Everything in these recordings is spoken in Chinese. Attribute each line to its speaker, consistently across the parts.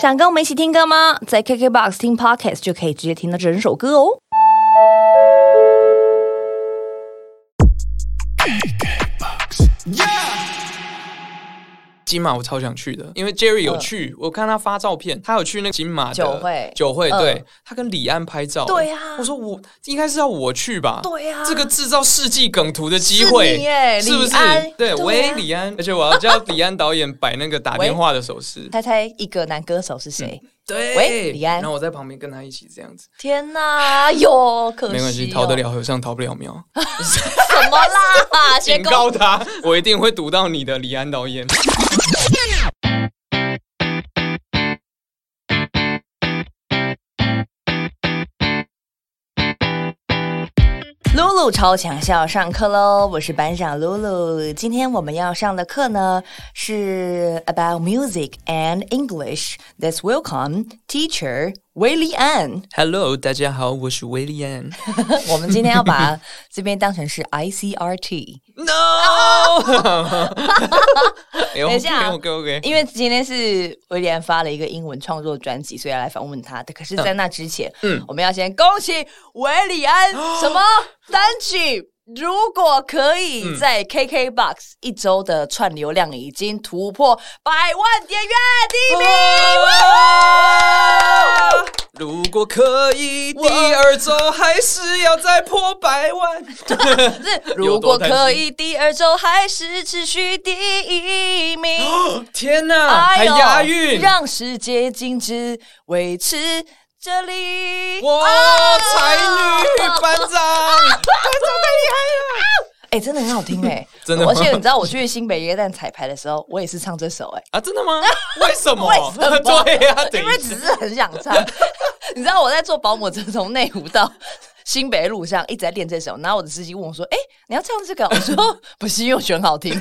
Speaker 1: 想跟我们一起听歌吗？在 KKBOX 听 Podcast 就可以直接听到整首歌哦。
Speaker 2: 金马我超想去的，因为 Jerry 有去，我看他发照片，他有去那个金马
Speaker 1: 嗯
Speaker 2: 的
Speaker 1: 酒会
Speaker 2: 酒会
Speaker 1: 嗯
Speaker 2: 对他跟李安拍照，
Speaker 1: 对啊
Speaker 2: 我说我应该是要我去吧，
Speaker 1: 对啊
Speaker 2: 这个制造世纪梗图的机会，
Speaker 1: 是你耶
Speaker 2: 是不
Speaker 1: 李
Speaker 2: 是
Speaker 1: 安？对
Speaker 2: 对，
Speaker 1: 啊
Speaker 2: 喂，李安，而且我要叫李安导演摆那个打电话的 手势，
Speaker 1: 猜猜一个男歌手是谁？
Speaker 2: 对，
Speaker 1: 喂李安
Speaker 2: 然后我在旁边跟他一起这样子，
Speaker 1: 天哪，有可惜、哦
Speaker 2: 没关系，逃得。了和尚逃不了 庙，
Speaker 1: 什么 啦？
Speaker 2: 警
Speaker 1: 先告
Speaker 2: 告他，我一定会读到你的，李安导演。
Speaker 1: 露露超强校上课喽！我是班长露露。今天我们要上的课呢是 About Music and English. Let's welcome teacher 维利安。
Speaker 2: Hello，大家好，我是威利安。
Speaker 1: 我们今天要 把这边当成是 ICRT，
Speaker 2: No！等哎
Speaker 1: 等一下
Speaker 2: ，OK OK，
Speaker 1: 因为今天是威廉发了一个英文创作专辑，所以要来访问他的。可是，在那之前，嗯
Speaker 2: 嗯，哦
Speaker 1: 我们要先恭喜维里安什么单曲。如果可以
Speaker 2: 嗯
Speaker 1: 在 KKBOX 一周的串流量已经突破百万点阅第一名， 哇
Speaker 2: 如果可以，第二周还是要再破百万。
Speaker 1: 是如
Speaker 2: 有
Speaker 1: 果
Speaker 2: 多担心
Speaker 1: 可以，第二周还是持续第一名。
Speaker 2: 天哪，啊还
Speaker 1: 哎呦
Speaker 2: 押韵！
Speaker 1: 让世界静止，维持这里。
Speaker 2: 哇，
Speaker 1: 啊
Speaker 2: 才女 班长，
Speaker 1: 哎、真的很好听哎、
Speaker 2: 真的吗
Speaker 1: 而且你知道我去新北耶诞彩排的时候，我也是唱这首哎、
Speaker 2: 啊，真 的吗？为什么？
Speaker 1: 为什么
Speaker 2: 哦 对呀，等
Speaker 1: 因为
Speaker 2: 一
Speaker 1: 只
Speaker 2: 下，
Speaker 1: 是很想唱。 你知道我在做保姆车，从内湖到新北路上一直在练这首，然后我的司机问我说：“哎、你要唱这个？”我说：“不是，因为我觉得很好听。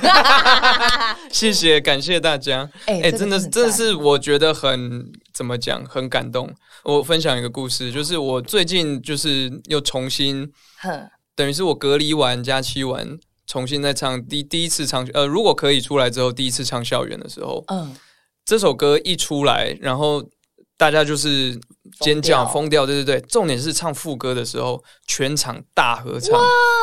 Speaker 2: 谢谢，感谢大家。
Speaker 1: 哎
Speaker 2: 哎、
Speaker 1: 这个
Speaker 2: 真
Speaker 1: 真的
Speaker 2: 的是，
Speaker 1: 很
Speaker 2: 真的是我觉得很怎么讲，很感动。我分享一个故事，就是我最近就是又重新”
Speaker 1: 哼，
Speaker 2: 等于是我隔离完假期完，重新再唱第第一次唱呃，如果可以出来之后，第一次唱校园的时候，
Speaker 1: 嗯，
Speaker 2: 这首歌一出来，然后大家就是尖叫
Speaker 1: 疯
Speaker 2: 疯掉，对对对。重点是唱副歌的时候，全场大合唱，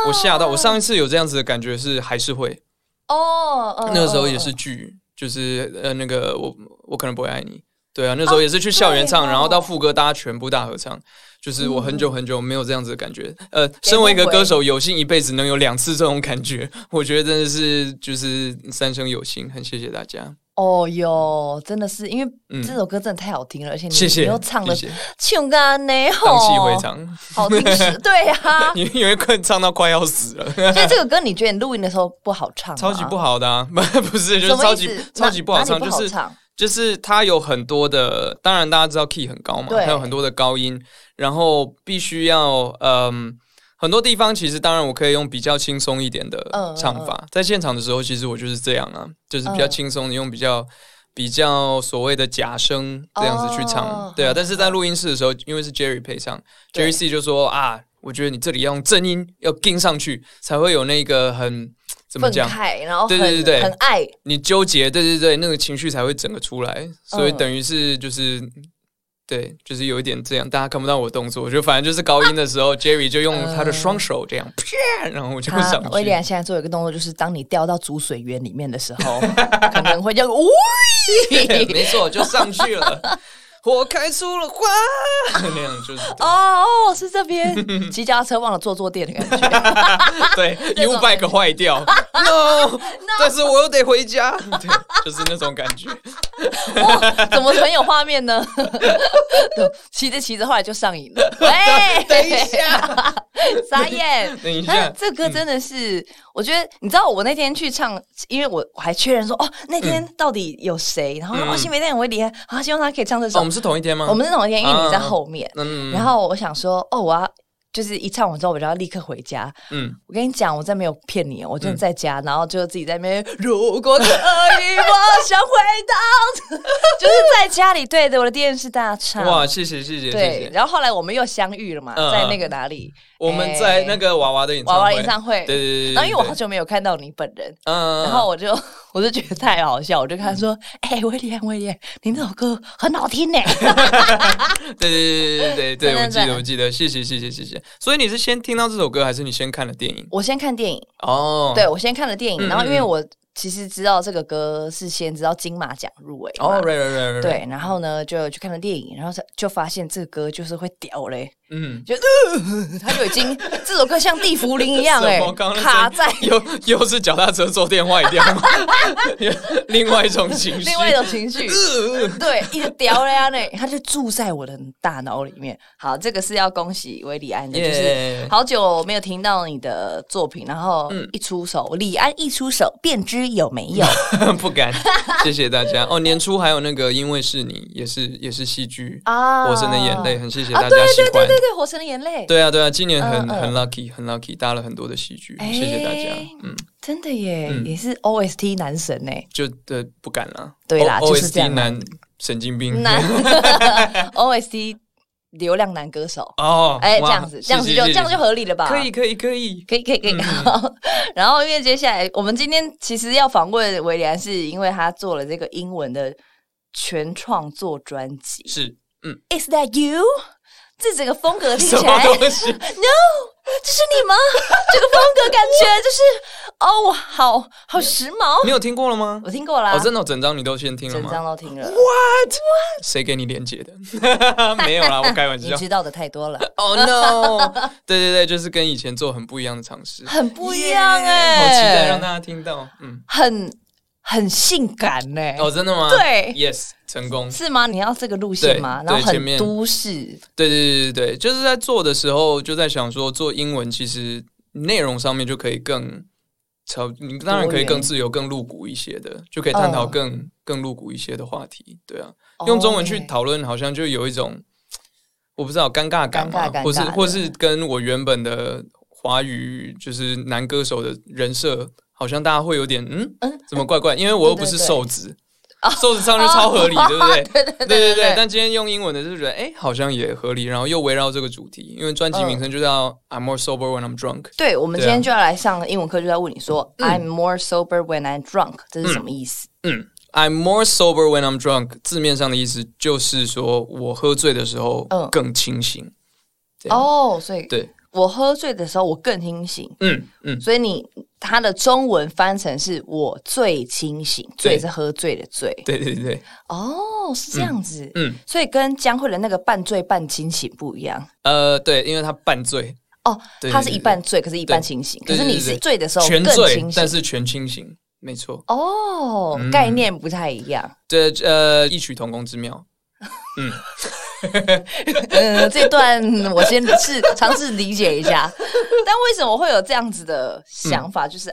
Speaker 2: 我吓到。我上一次有这样子的感觉是还是会，
Speaker 1: 哦，嗯
Speaker 2: 那个时候也
Speaker 1: 嗯
Speaker 2: 是剧，就是呃那个我我可能不会爱你。对啊，那时候也是去校园唱，
Speaker 1: 对哦嗯
Speaker 2: 然后到副歌大家全部大合唱，就是我很久很久没有这样子的感觉。呃，身为一个歌手，有幸一辈子能有两次这种感觉，我觉得真的是就是三生有幸，很谢谢大家。
Speaker 1: 哦哟，真的是因为
Speaker 2: 嗯
Speaker 1: 这首歌真的太好听了，而且你
Speaker 2: 谢
Speaker 1: 嗯
Speaker 2: 谢
Speaker 1: 你又唱的
Speaker 2: 谢谢
Speaker 1: 唱歌呢吼，
Speaker 2: 荡气回肠，
Speaker 1: 好听是，对 呀、啊。
Speaker 2: 因为因为快唱到快要 死了，
Speaker 1: 所以 这个歌你觉得你录音的时候不好唱吗，
Speaker 2: 超级不好的、啊， 不是
Speaker 1: 什
Speaker 2: 就是
Speaker 1: 么
Speaker 2: 超
Speaker 1: 意
Speaker 2: 级
Speaker 1: 思
Speaker 2: 超级不好
Speaker 1: 哪哪
Speaker 2: 唱，
Speaker 1: 里
Speaker 2: 就
Speaker 1: 不好
Speaker 2: 是嗯
Speaker 1: 唱
Speaker 2: 就是它有很多的，当然大家知道 key 很高嘛，
Speaker 1: 对
Speaker 2: 它有很多的高音，然后必须要嗯。很多地方其实，当然我可以用比较轻松一点的
Speaker 1: 嗯嗯
Speaker 2: 唱法，在现场的时候，其实我就是这样啊，就是比较
Speaker 1: 嗯
Speaker 2: 轻松的，用比较比较所谓的假声这样子去唱，
Speaker 1: 哦
Speaker 2: 对啊。但是在录音室的时候，因为是 Jerry 配唱
Speaker 1: 对
Speaker 2: ，Jerry C 就说啊，我觉得你这里要用正音，要跟上去，才会有那个很怎么
Speaker 1: 愤
Speaker 2: 讲，
Speaker 1: 慨，然后很
Speaker 2: 对对对对
Speaker 1: 很爱，
Speaker 2: 你纠结，对对对，那个情绪才会整个出来，所以等于是就是。对，就是有一点这样，大家看不到我动作，就反正就是高音的时候、j e r r y 就用他的双手这样，啪然后我就
Speaker 1: 他
Speaker 2: 上
Speaker 1: 威
Speaker 2: 去。
Speaker 1: 廉现在做一个动作，就是当你掉到煮水源里面的时 候，可能会叫呜，
Speaker 2: 对没错，就上去了，火开出了花，那样就是
Speaker 1: 哦，是这边骑脚踏车忘了坐坐垫的感觉。
Speaker 2: 对，U bike 坏掉，no，但是我又得回家，对，就是那种感觉。
Speaker 1: 哇，怎么很有画面 呢？ 骑着骑着，后来就上瘾了。喂，
Speaker 2: 等一，下，哦
Speaker 1: 傻眼。
Speaker 2: 等一
Speaker 1: 那
Speaker 2: 下，嗯
Speaker 1: 这歌真的是，我觉得你知道，我那天去唱，因为我我还确认说，哦，那天到底有谁？然后
Speaker 2: 嗯
Speaker 1: 哦，新梅代言维里安，啊，希望他可以唱这
Speaker 2: 哦
Speaker 1: 首
Speaker 2: 我们。是同一天吗？
Speaker 1: 我们是同一天，因为你在后面，
Speaker 2: 嗯，
Speaker 1: 然后我想说，哦，我要就是一唱完之后，我就要立刻回家。
Speaker 2: 嗯，
Speaker 1: 我跟你讲，我真没有骗你，哦我真的在家，然后就自己在那边。如果可以，我想回到， 就是在家里对着我的电视大唱。
Speaker 2: 哇，谢谢谢谢谢
Speaker 1: 对，
Speaker 2: 谢。
Speaker 1: 然后后来我们又相遇了嘛，
Speaker 2: 嗯
Speaker 1: 在那个哪里？
Speaker 2: 我们在那
Speaker 1: 哎
Speaker 2: 个娃娃的演唱
Speaker 1: 娃
Speaker 2: 会，
Speaker 1: 娃演唱会。
Speaker 2: 对对对对。
Speaker 1: 然后因为我好
Speaker 2: 对
Speaker 1: 久没有看到你本人，
Speaker 2: 嗯，
Speaker 1: 然后我就我就觉得太好笑，我就跟他说：“哎、威廉，威廉，你那首歌很好听呢。
Speaker 2: 对对对 对
Speaker 1: 对
Speaker 2: 对对，
Speaker 1: 对
Speaker 2: 我记
Speaker 1: 对
Speaker 2: 得我记得，谢谢谢谢谢谢。所以你是先听到这首歌，还是你先看了电 影”？
Speaker 1: 我先看电影，
Speaker 2: 哦，
Speaker 1: 对我先看了电影，
Speaker 2: 嗯
Speaker 1: 然后因为
Speaker 2: 嗯嗯
Speaker 1: 我其实知道这个歌是先知道金马奖入围嘛
Speaker 2: 哦，right right right right，
Speaker 1: 对，然后呢就去看了电影，然后才就发现这个歌就是会屌嘞，
Speaker 2: 嗯。
Speaker 1: 就、呃、他就已经这首歌像地茯苓一样哎、
Speaker 2: 什么刚刚那声
Speaker 1: 卡在
Speaker 2: 又又是脚踏车坐电坏掉 吗？另外一种情绪，嗯
Speaker 1: 另外一种情绪。对，一直叼了呀，那他就住在我的大脑里面。好，这个是要恭喜韦礼安的就是
Speaker 2: 耶
Speaker 1: 好久没有听到你的作品，然后
Speaker 2: 嗯
Speaker 1: 一出手，李安一出手便知有没有。
Speaker 2: 不敢，谢谢大家。哦，年初还有那个，因为是你，也是也是戏剧
Speaker 1: 啊
Speaker 2: 火神的眼泪》，很谢谢
Speaker 1: 啊，
Speaker 2: 大
Speaker 1: 对
Speaker 2: 家喜
Speaker 1: 对
Speaker 2: 欢
Speaker 1: 对。对对，《火神的眼泪》
Speaker 2: 对啊，对啊，今年很
Speaker 1: 嗯嗯
Speaker 2: 很 lucky，很 lucky，搭了很多的戏剧，
Speaker 1: 哎
Speaker 2: 谢谢大家。嗯，
Speaker 1: 真的耶，
Speaker 2: 嗯
Speaker 1: 也是 OST 男神呢，
Speaker 2: 就对不敢了。
Speaker 1: 对啦
Speaker 2: O-
Speaker 1: 就是这
Speaker 2: OSD
Speaker 1: 样啦啊
Speaker 2: 男神经病
Speaker 1: 男 OST 流量男歌手。
Speaker 2: 哦，
Speaker 1: 哎，这
Speaker 2: 哇
Speaker 1: 样子，这样子
Speaker 2: 谢谢
Speaker 1: 就
Speaker 2: 谢
Speaker 1: 这
Speaker 2: 谢
Speaker 1: 样就合理了吧？
Speaker 2: 可以嗯可以可以，
Speaker 1: 可以，可以，可以。好 然后，因为接下来我们今天其实要访问维里安，是因为他做了这个英文的全创作专辑。
Speaker 2: 是
Speaker 1: Is that you？这整个风格听
Speaker 2: 什
Speaker 1: 起来
Speaker 2: 么
Speaker 1: ，No，
Speaker 2: 东西？
Speaker 1: 这是你吗？ 这个风格感觉就是，哦，好好时髦。
Speaker 2: 你有听过了吗
Speaker 1: 我？听过啦，
Speaker 2: 嗯哦，真的，整张你都先听了
Speaker 1: 整张都
Speaker 2: 吗？
Speaker 1: 听了，
Speaker 2: 谁给你连接的？ 没有 啦，我开玩
Speaker 1: 你
Speaker 2: 笑。
Speaker 1: 知道的太 多了，
Speaker 2: 哦 no！对 对对，就是跟以前做很不一样的尝试，
Speaker 1: 很不一样哎、
Speaker 2: 好期待让大家听到。嗯，
Speaker 1: 很很性感呢、
Speaker 2: 哦，真的吗？
Speaker 1: 对
Speaker 2: ，yes，成功。
Speaker 1: 是吗？你要这个路线
Speaker 2: 对
Speaker 1: 吗？
Speaker 2: 对
Speaker 1: 然后
Speaker 2: 前
Speaker 1: 很
Speaker 2: 面
Speaker 1: 都市，
Speaker 2: 对对对对对，就是在做的时候就在想说，做英文其实内容上面就可以更超，你当然可以更自由、更露骨一些的，就可以探讨
Speaker 1: 嗯
Speaker 2: 更、更露骨一些的话题。对啊，用中文去
Speaker 1: OK
Speaker 2: 讨论，好像就有一种我不知道尴尬感
Speaker 1: 尴
Speaker 2: 嘛
Speaker 1: 尬尴尬，
Speaker 2: 或是
Speaker 1: 的
Speaker 2: 或是跟我原本的华语就是男歌手的人设，好像大家会有点嗯怎么怪怪，因为我又不
Speaker 1: 对
Speaker 2: 是
Speaker 1: 对哦
Speaker 2: 瘦子，瘦子唱就超合理， 对不
Speaker 1: 对对
Speaker 2: 对？
Speaker 1: 对对
Speaker 2: 对对对，但今天用英文的就觉得，哎，好像也合理，然后又围绕这个主题，因为专辑名称就叫《I'm More Sober When I'm Drunk》。
Speaker 1: 对，我们
Speaker 2: 对啊
Speaker 1: 今天就要来上英文课，就在问你说、i m more sober when I'm drunk”，这是什么意思？
Speaker 2: 嗯，I'm more sober when I'm drunk，字面上的意思就是说我喝醉的时候
Speaker 1: 嗯
Speaker 2: 更清醒。对
Speaker 1: 哦、所以
Speaker 2: 对，
Speaker 1: 我喝醉的时候我更清醒，
Speaker 2: 嗯嗯，
Speaker 1: 所以你它的中文翻成是我最清醒，
Speaker 2: 对
Speaker 1: 醉是喝醉的醉。
Speaker 2: 对对对，
Speaker 1: 哦是这样子，
Speaker 2: 嗯，
Speaker 1: 所以跟江蕙的那个半醉半清醒不一样。
Speaker 2: 呃，对，因为他半醉，
Speaker 1: 哦，
Speaker 2: 对
Speaker 1: 他是一半醉，可是一半清醒。可
Speaker 2: 对
Speaker 1: 是你
Speaker 2: 对对
Speaker 1: 是
Speaker 2: 对
Speaker 1: 醉的时候
Speaker 2: 全
Speaker 1: 更
Speaker 2: 醉
Speaker 1: 清，
Speaker 2: 但
Speaker 1: 醒。
Speaker 2: 是嗯全清醒，没错，
Speaker 1: 哦，概念不太一样。
Speaker 2: 这呃异曲同工之妙。
Speaker 1: 嗯，这段我先试尝试理解一 下。但为什么会有这样子的想
Speaker 2: 嗯
Speaker 1: 法？就是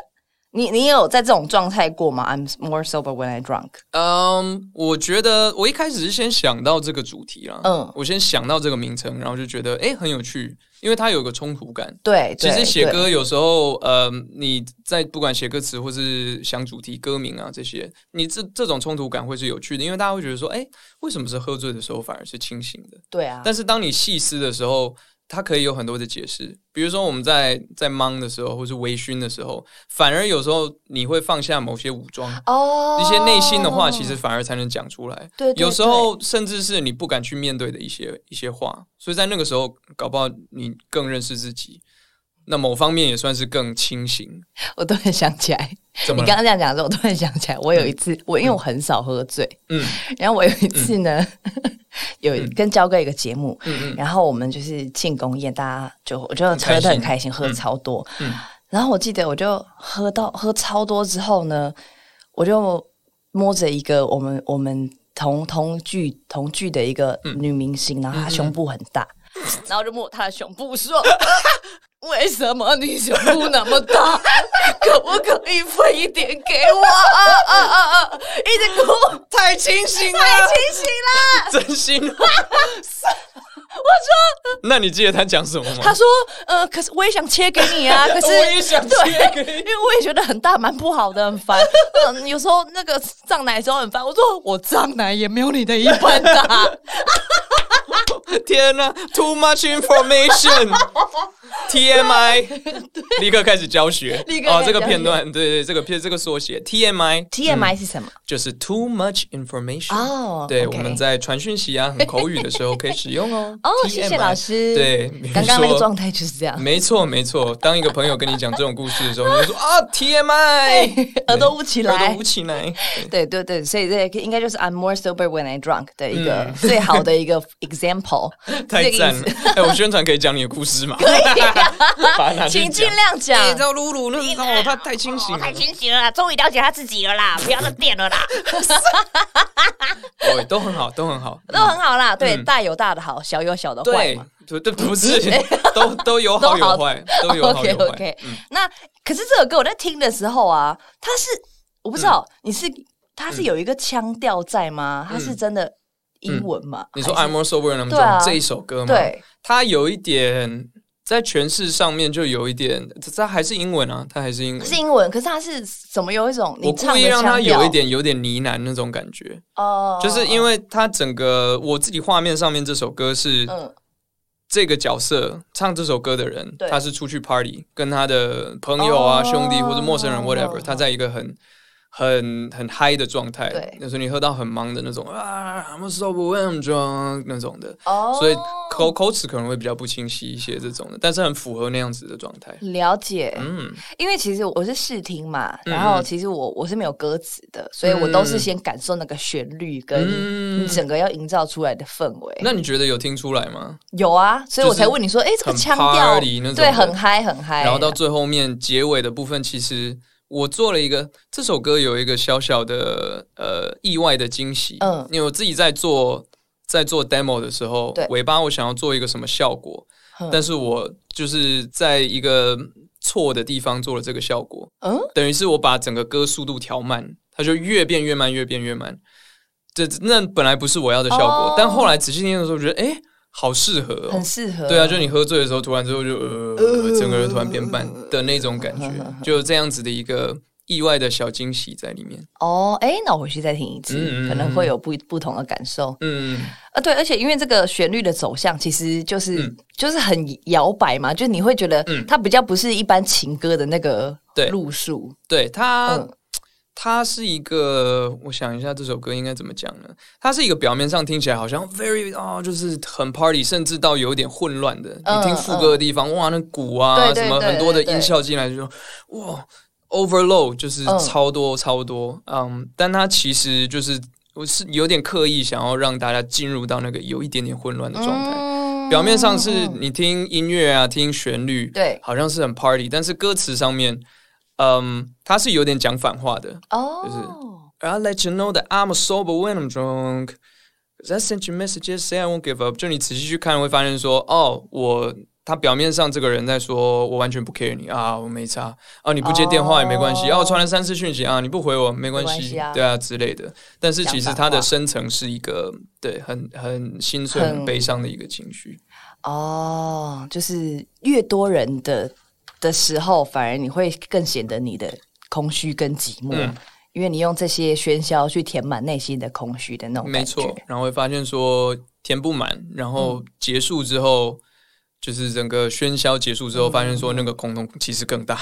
Speaker 1: 你你有在这种状态过吗？I'm more sober when I drunk。
Speaker 2: 嗯，我觉得我一开始是先想到这个主题啦，
Speaker 1: 嗯
Speaker 2: 嗯，我先想到这个名称，然后就觉得诶很有趣，因为它有个冲突感。
Speaker 1: 对，
Speaker 2: 其
Speaker 1: 对
Speaker 2: 实写
Speaker 1: 对
Speaker 2: 歌有时候，呃，你在不管写歌词或是想主题、歌名啊这些，你这这种冲突感会是有趣的，因为大家会觉得说，诶，为什么是喝醉的时候反而是清醒的？
Speaker 1: 对啊，
Speaker 2: 但是当你细思的时候，它可以有很多的解释。比如说我们在在忙的时候，或是微醺的时候，反而有时候你会放下某些武装，
Speaker 1: 哦，
Speaker 2: 一些内心的话，其实反而才能讲出来。
Speaker 1: 对对
Speaker 2: 有时候甚至是你不敢去面对的一些一些话，所以在那个时候，搞不好你更认识自己。那某方面也算是更清醒。
Speaker 1: 我突然想起来，
Speaker 2: 怎么
Speaker 1: 你刚
Speaker 2: 了
Speaker 1: 刚这样讲的时候，我突然想起来，我有一次，我因为我很少喝醉，
Speaker 2: 嗯
Speaker 1: 然后我有一次呢，有跟焦哥一个节目，然后我们就是庆功宴，大家就我就喝得很开心，喝得超多。然后我记得我就喝到喝超多之后呢，我就摸着一个我们我们同同剧同剧的一个女明星，然后她胸部很大，然后就摸她的胸部说。为什么你胸部那么大？可不可以分一点给我？啊啊啊啊！一直哭，
Speaker 2: 太清 醒
Speaker 1: 太清醒啦！
Speaker 2: 真心话。
Speaker 1: 为说，
Speaker 2: 哦那你记得他讲什么吗
Speaker 1: 他？说，呃，可是我也想切给你 啊，可是
Speaker 2: 哦我也想切
Speaker 1: 对
Speaker 2: 给你
Speaker 1: 因为我也觉得很大蛮不好的，很烦。 嗯，有时候那个胀奶的时候很烦，我说我胀奶也没有你的一般 大、
Speaker 2: 嗯天哪，too much information，TMI，立刻开始教学
Speaker 1: 立。刻开
Speaker 2: 哦，
Speaker 1: 始
Speaker 2: 这个
Speaker 1: 教
Speaker 2: 片
Speaker 1: 学
Speaker 2: 段，对对，这个片这个缩写 TMI
Speaker 1: TMI 是什么？
Speaker 2: 就是 too much information
Speaker 1: 哦
Speaker 2: 对
Speaker 1: OK
Speaker 2: 我们在传讯息啊、很口语的时候可以使用哦。
Speaker 1: 哦谢谢
Speaker 2: TMI
Speaker 1: 老师
Speaker 2: 对，比如
Speaker 1: 刚刚那个
Speaker 2: 说
Speaker 1: 状态就是这样，
Speaker 2: 没错，没错。当一个朋友跟你讲这种故事的时候，你就说啊，TMI，
Speaker 1: 耳朵捂起来
Speaker 2: 耳朵捂起来。
Speaker 1: 对对对，所以这应该就是 I'm more sober when I drunk 的一个、 最好的一个 example，
Speaker 2: 嗯太
Speaker 1: 这个
Speaker 2: 赞
Speaker 1: 意思
Speaker 2: 了！哎，我宣传可以讲你的故事吗？把它拿去
Speaker 1: 请尽
Speaker 2: 讲
Speaker 1: 量讲。
Speaker 2: 你知道露露那时候她太清醒了
Speaker 3: 太，清醒了啦，啊终于了解他自己了啦，不要再变了啦。
Speaker 2: 对，都很好，都很好。
Speaker 1: 都很好啦，对，
Speaker 2: 嗯
Speaker 1: 大有大的好，小有小的坏
Speaker 2: 对
Speaker 1: 嘛。，
Speaker 2: 不对，不是，都都有好有坏，都有好
Speaker 1: OK
Speaker 2: 有
Speaker 1: OK，
Speaker 2: 坏。嗯
Speaker 1: 那可是这首歌我在听的时候啊，它是我不知
Speaker 2: 嗯
Speaker 1: 道你是它是有一个腔调在吗？它是真的英文吗？
Speaker 2: 嗯你说
Speaker 1: 还
Speaker 2: I'm
Speaker 1: 是
Speaker 2: more sober than I'm
Speaker 1: 对啊
Speaker 2: drunk 这一首歌吗？
Speaker 1: 对，
Speaker 2: 它有一点在诠释上面就有一点，它还是英文啊，它还是英文。
Speaker 1: 是英文，可是它是怎么有一种
Speaker 2: 我
Speaker 1: 你唱
Speaker 2: 故意
Speaker 1: 的
Speaker 2: 让它
Speaker 1: 腔调
Speaker 2: 有一点有点呢喃那种感觉，
Speaker 1: 哦，
Speaker 2: 就是因为它整个我自己画面上面这首歌是
Speaker 1: 嗯
Speaker 2: 这个角色唱这首歌的人
Speaker 1: 对，
Speaker 2: 他是出去 party，跟他的朋友啊、
Speaker 1: 哦
Speaker 2: 兄弟或者陌生人 whatever，
Speaker 1: 哦
Speaker 2: 他在一个很很很嗨的状态
Speaker 1: 对，
Speaker 2: 就是你喝到很忙的那种啊，I'm so I'm drunk 那种的，
Speaker 1: 哦，
Speaker 2: 所以口口齿可能会比较不清晰一些这种的，但是很符合那样子的状态。
Speaker 1: 了解，
Speaker 2: 嗯，
Speaker 1: 因为其实我是试听嘛，
Speaker 2: 嗯
Speaker 1: 然后其实我我是没有歌词的，所以我都是先感受那个旋律跟
Speaker 2: 嗯
Speaker 1: 你整个要营造出来的氛围。
Speaker 2: 那你觉得有听出来吗？
Speaker 1: 有啊，所以我才问你说，哎、这个
Speaker 2: 很
Speaker 1: 腔调
Speaker 2: party 那种
Speaker 1: 对，
Speaker 2: 的
Speaker 1: 很嗨，很嗨。
Speaker 2: 然后到最后面结尾的部分，其实我做了一个这首歌有一个小小的呃意外的惊喜。
Speaker 1: 嗯
Speaker 2: 因为我自己在做在做 demo 的时候
Speaker 1: 对，
Speaker 2: 尾巴我想要做一个什么效果
Speaker 1: 嗯，
Speaker 2: 但是我就是在一个错的地方做了这个效果，
Speaker 1: 嗯，
Speaker 2: 等于是我把整个歌速度调慢，它就越变越慢，越变越慢。这那本来不是我要的效果，
Speaker 1: 哦
Speaker 2: 但后来仔细听的时候觉得，哎、好适合、哦，
Speaker 1: 很适合，
Speaker 2: 对啊，就你喝醉的时候，突然之后就呃，
Speaker 1: 呃
Speaker 2: 整个人突然变慢的那种感觉，就这样子的一个意外的小惊喜在里面。
Speaker 1: 哦，哎、那我回去再听一次，
Speaker 2: 嗯嗯嗯
Speaker 1: 可能会有不不同的感受。
Speaker 2: 嗯，
Speaker 1: 啊，对，而且因为这个旋律的走向，其实就是、
Speaker 2: 嗯
Speaker 1: 就是很摇摆嘛，就是你会觉得
Speaker 2: 嗯
Speaker 1: 它比较不是一般情歌的那个
Speaker 2: 对
Speaker 1: 路数，
Speaker 2: 对，它、
Speaker 1: 嗯
Speaker 2: 它是一个，我想一下这首歌应该怎么讲呢？它是一个表面上听起来好像 very 啊、就是很 party，甚至到有点混乱的。
Speaker 1: 嗯
Speaker 2: 你听副歌的地方，哇，那鼓啊
Speaker 1: 对对
Speaker 2: 什么
Speaker 1: 对
Speaker 2: 很多的
Speaker 1: 对对
Speaker 2: 音效进来就说哇 overload，就是
Speaker 1: 嗯
Speaker 2: 超多、超多。嗯，但它其实就是我是有点刻意想要让大家进入到那个有一点点混乱的状态。
Speaker 1: 嗯
Speaker 2: 表面上是你听音乐啊，听旋律，
Speaker 1: 对
Speaker 2: 好像是很 party，但是歌词上面，嗯，它是有点讲反话的。
Speaker 1: 哦，
Speaker 2: 就是 I'll let you know that I'm sober when I'm drunk. Cause I sent you messages say I won't give up. 就你仔细去看，会发现说，哦，我他表面上这个人在说我完全不 care 你啊，我没差啊，你不接电话也没关系、
Speaker 1: 哦
Speaker 2: 啊，我传了三次讯息啊，你不回我没
Speaker 1: 没
Speaker 2: 关
Speaker 1: 关
Speaker 2: 系，
Speaker 1: 系啊
Speaker 2: 对啊之类的。但是其实
Speaker 1: 讲反
Speaker 2: 他的
Speaker 1: 话
Speaker 2: 深层是一个对很很心碎、
Speaker 1: 很
Speaker 2: 很悲伤的一个情绪。
Speaker 1: 哦，就是越多人的的时候，反而你会更显得你的空虚跟寂寞，
Speaker 2: 嗯
Speaker 1: 因为你用这些喧嚣去填满内心的空虚的那种
Speaker 2: 没
Speaker 1: 感觉。嗯
Speaker 2: 错，然后会发现说填不满，然后结束之后，就是整个喧嚣结束之后，发现说那个空洞其实更大。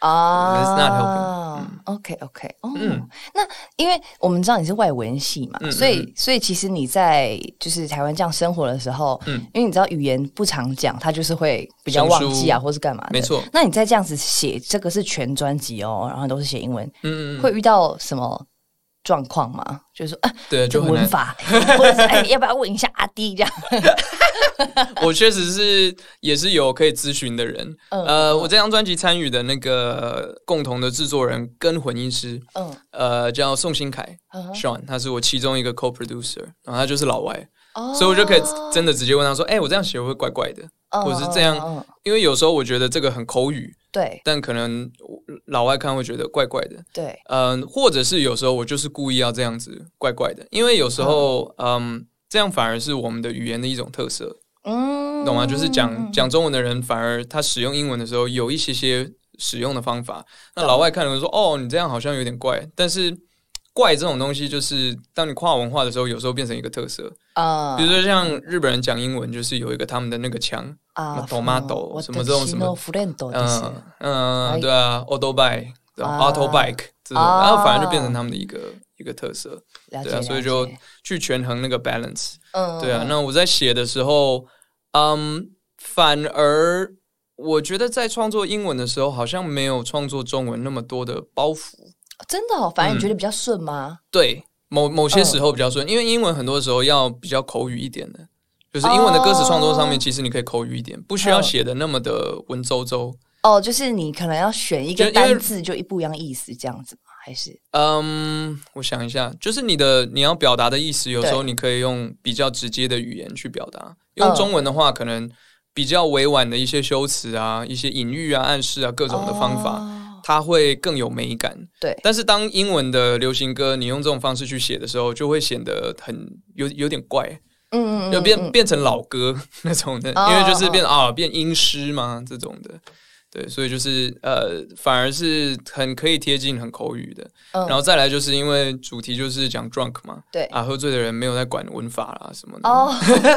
Speaker 2: That's not
Speaker 1: 啊
Speaker 2: helping，
Speaker 1: ，OK OK，哦，
Speaker 2: 嗯
Speaker 1: 那因为我们知道你是外文系嘛，
Speaker 2: 嗯嗯
Speaker 1: 所以所以其实你在就是台湾这样生活的时候，
Speaker 2: 嗯
Speaker 1: 因为你知道语言不常讲，它就是会比较忘记啊，
Speaker 2: 生疏
Speaker 1: 或是干嘛的
Speaker 2: 没错
Speaker 1: 那你在这样子写这个是全专辑哦，然后都是写英文，
Speaker 2: 嗯，
Speaker 1: 会遇到什么状况吗？就是说，啊，
Speaker 2: 对，
Speaker 1: 这
Speaker 2: 就
Speaker 1: 个
Speaker 2: 很
Speaker 1: 文
Speaker 2: 难。
Speaker 1: 法，或者是哎，要不要问一下阿弟这样？
Speaker 2: 我确实是也是有可以咨询的人。
Speaker 1: 嗯
Speaker 2: 呃，我这张专辑参与的那个共同的制作人跟混音师，
Speaker 1: 嗯
Speaker 2: 呃，叫宋新凯
Speaker 1: 嗯哼
Speaker 2: Sean，他是我其中一个 co-producer，然后他就是老外，
Speaker 1: 哦
Speaker 2: 所以我就可以真的直接问他说：“哎，我这样写会不会怪怪的？”
Speaker 1: 嗯
Speaker 2: 我是这样
Speaker 1: 嗯嗯嗯
Speaker 2: 因为有时候我觉得这个很口语，
Speaker 1: 对
Speaker 2: 但可能老外看会觉得怪怪的。
Speaker 1: 对，
Speaker 2: 嗯，或者是有时候我就是故意要这样嗯子怪怪的，因为有时候嗯，这样反而是我们的语言的一种特色。
Speaker 1: 嗯，
Speaker 2: 懂吗？就是讲讲中文的人，反而他使用英文的时候有一些些使用的方法。那老外看了会说：“哦，你这样好像有点怪。”但是怪这种东西，就是当你跨文化的时候，有时候变成一个特色。
Speaker 1: 啊
Speaker 2: 比如说像日本人讲英文，就是有一个他们的那个腔，
Speaker 1: 啊
Speaker 2: ，tomato，什么这种什么
Speaker 1: 弗兰多的哦是
Speaker 2: 嗯
Speaker 1: 哎
Speaker 2: 嗯，对啊，auto bike、
Speaker 1: 啊
Speaker 2: auto bike 这种，
Speaker 1: 啊
Speaker 2: 然后反而就变成他们的一个一个特色。
Speaker 1: 了解
Speaker 2: 对啊，
Speaker 1: 了
Speaker 2: 所以
Speaker 1: 解
Speaker 2: 就去权衡那个 balance。
Speaker 1: 嗯
Speaker 2: 对啊，那我在写的时候，嗯，反而我觉得在创作英文的时候，好像没有创作中文那么多的包袱。
Speaker 1: 真的哦，反正你觉得比较顺吗？
Speaker 2: 对，某某些
Speaker 1: 嗯
Speaker 2: 时候比较顺，因为英文很多时候要比较口语一点的，就是英文的歌词创作上面，其实你可以口语一点，不需要
Speaker 1: 哦嗯
Speaker 2: 写的那么的文绉绉。
Speaker 1: 哦，就是你可能要选一
Speaker 2: 就
Speaker 1: 个
Speaker 2: 因为
Speaker 1: 单字就一不一样意思这样子吗？还是
Speaker 2: 嗯，我想一下，就是你的你要表达的意思，有时候
Speaker 1: 对
Speaker 2: 你可以用比较直接的语言去表达。
Speaker 1: 嗯
Speaker 2: 用中文的话，可能比较委婉的一些修辞啊、一些隐喻啊、暗示啊各种的方法，
Speaker 1: 哦
Speaker 2: 它会更有美感。
Speaker 1: 对
Speaker 2: 但是当英文的流行歌，你用这种方式去写的时候，就会显得很有有点怪，
Speaker 1: 嗯嗯嗯
Speaker 2: 就变
Speaker 1: 嗯
Speaker 2: 变成老歌 那种的，
Speaker 1: 哦
Speaker 2: 因为就是变啊变英诗嘛这种的。对，所以就是呃，反而是很可以贴近、很口语的。
Speaker 1: 嗯
Speaker 2: 然后再来就是因为主题就是讲 drunk 嘛，
Speaker 1: 对
Speaker 2: 啊，喝醉的人没有在管文法啦什么的。
Speaker 1: 哦，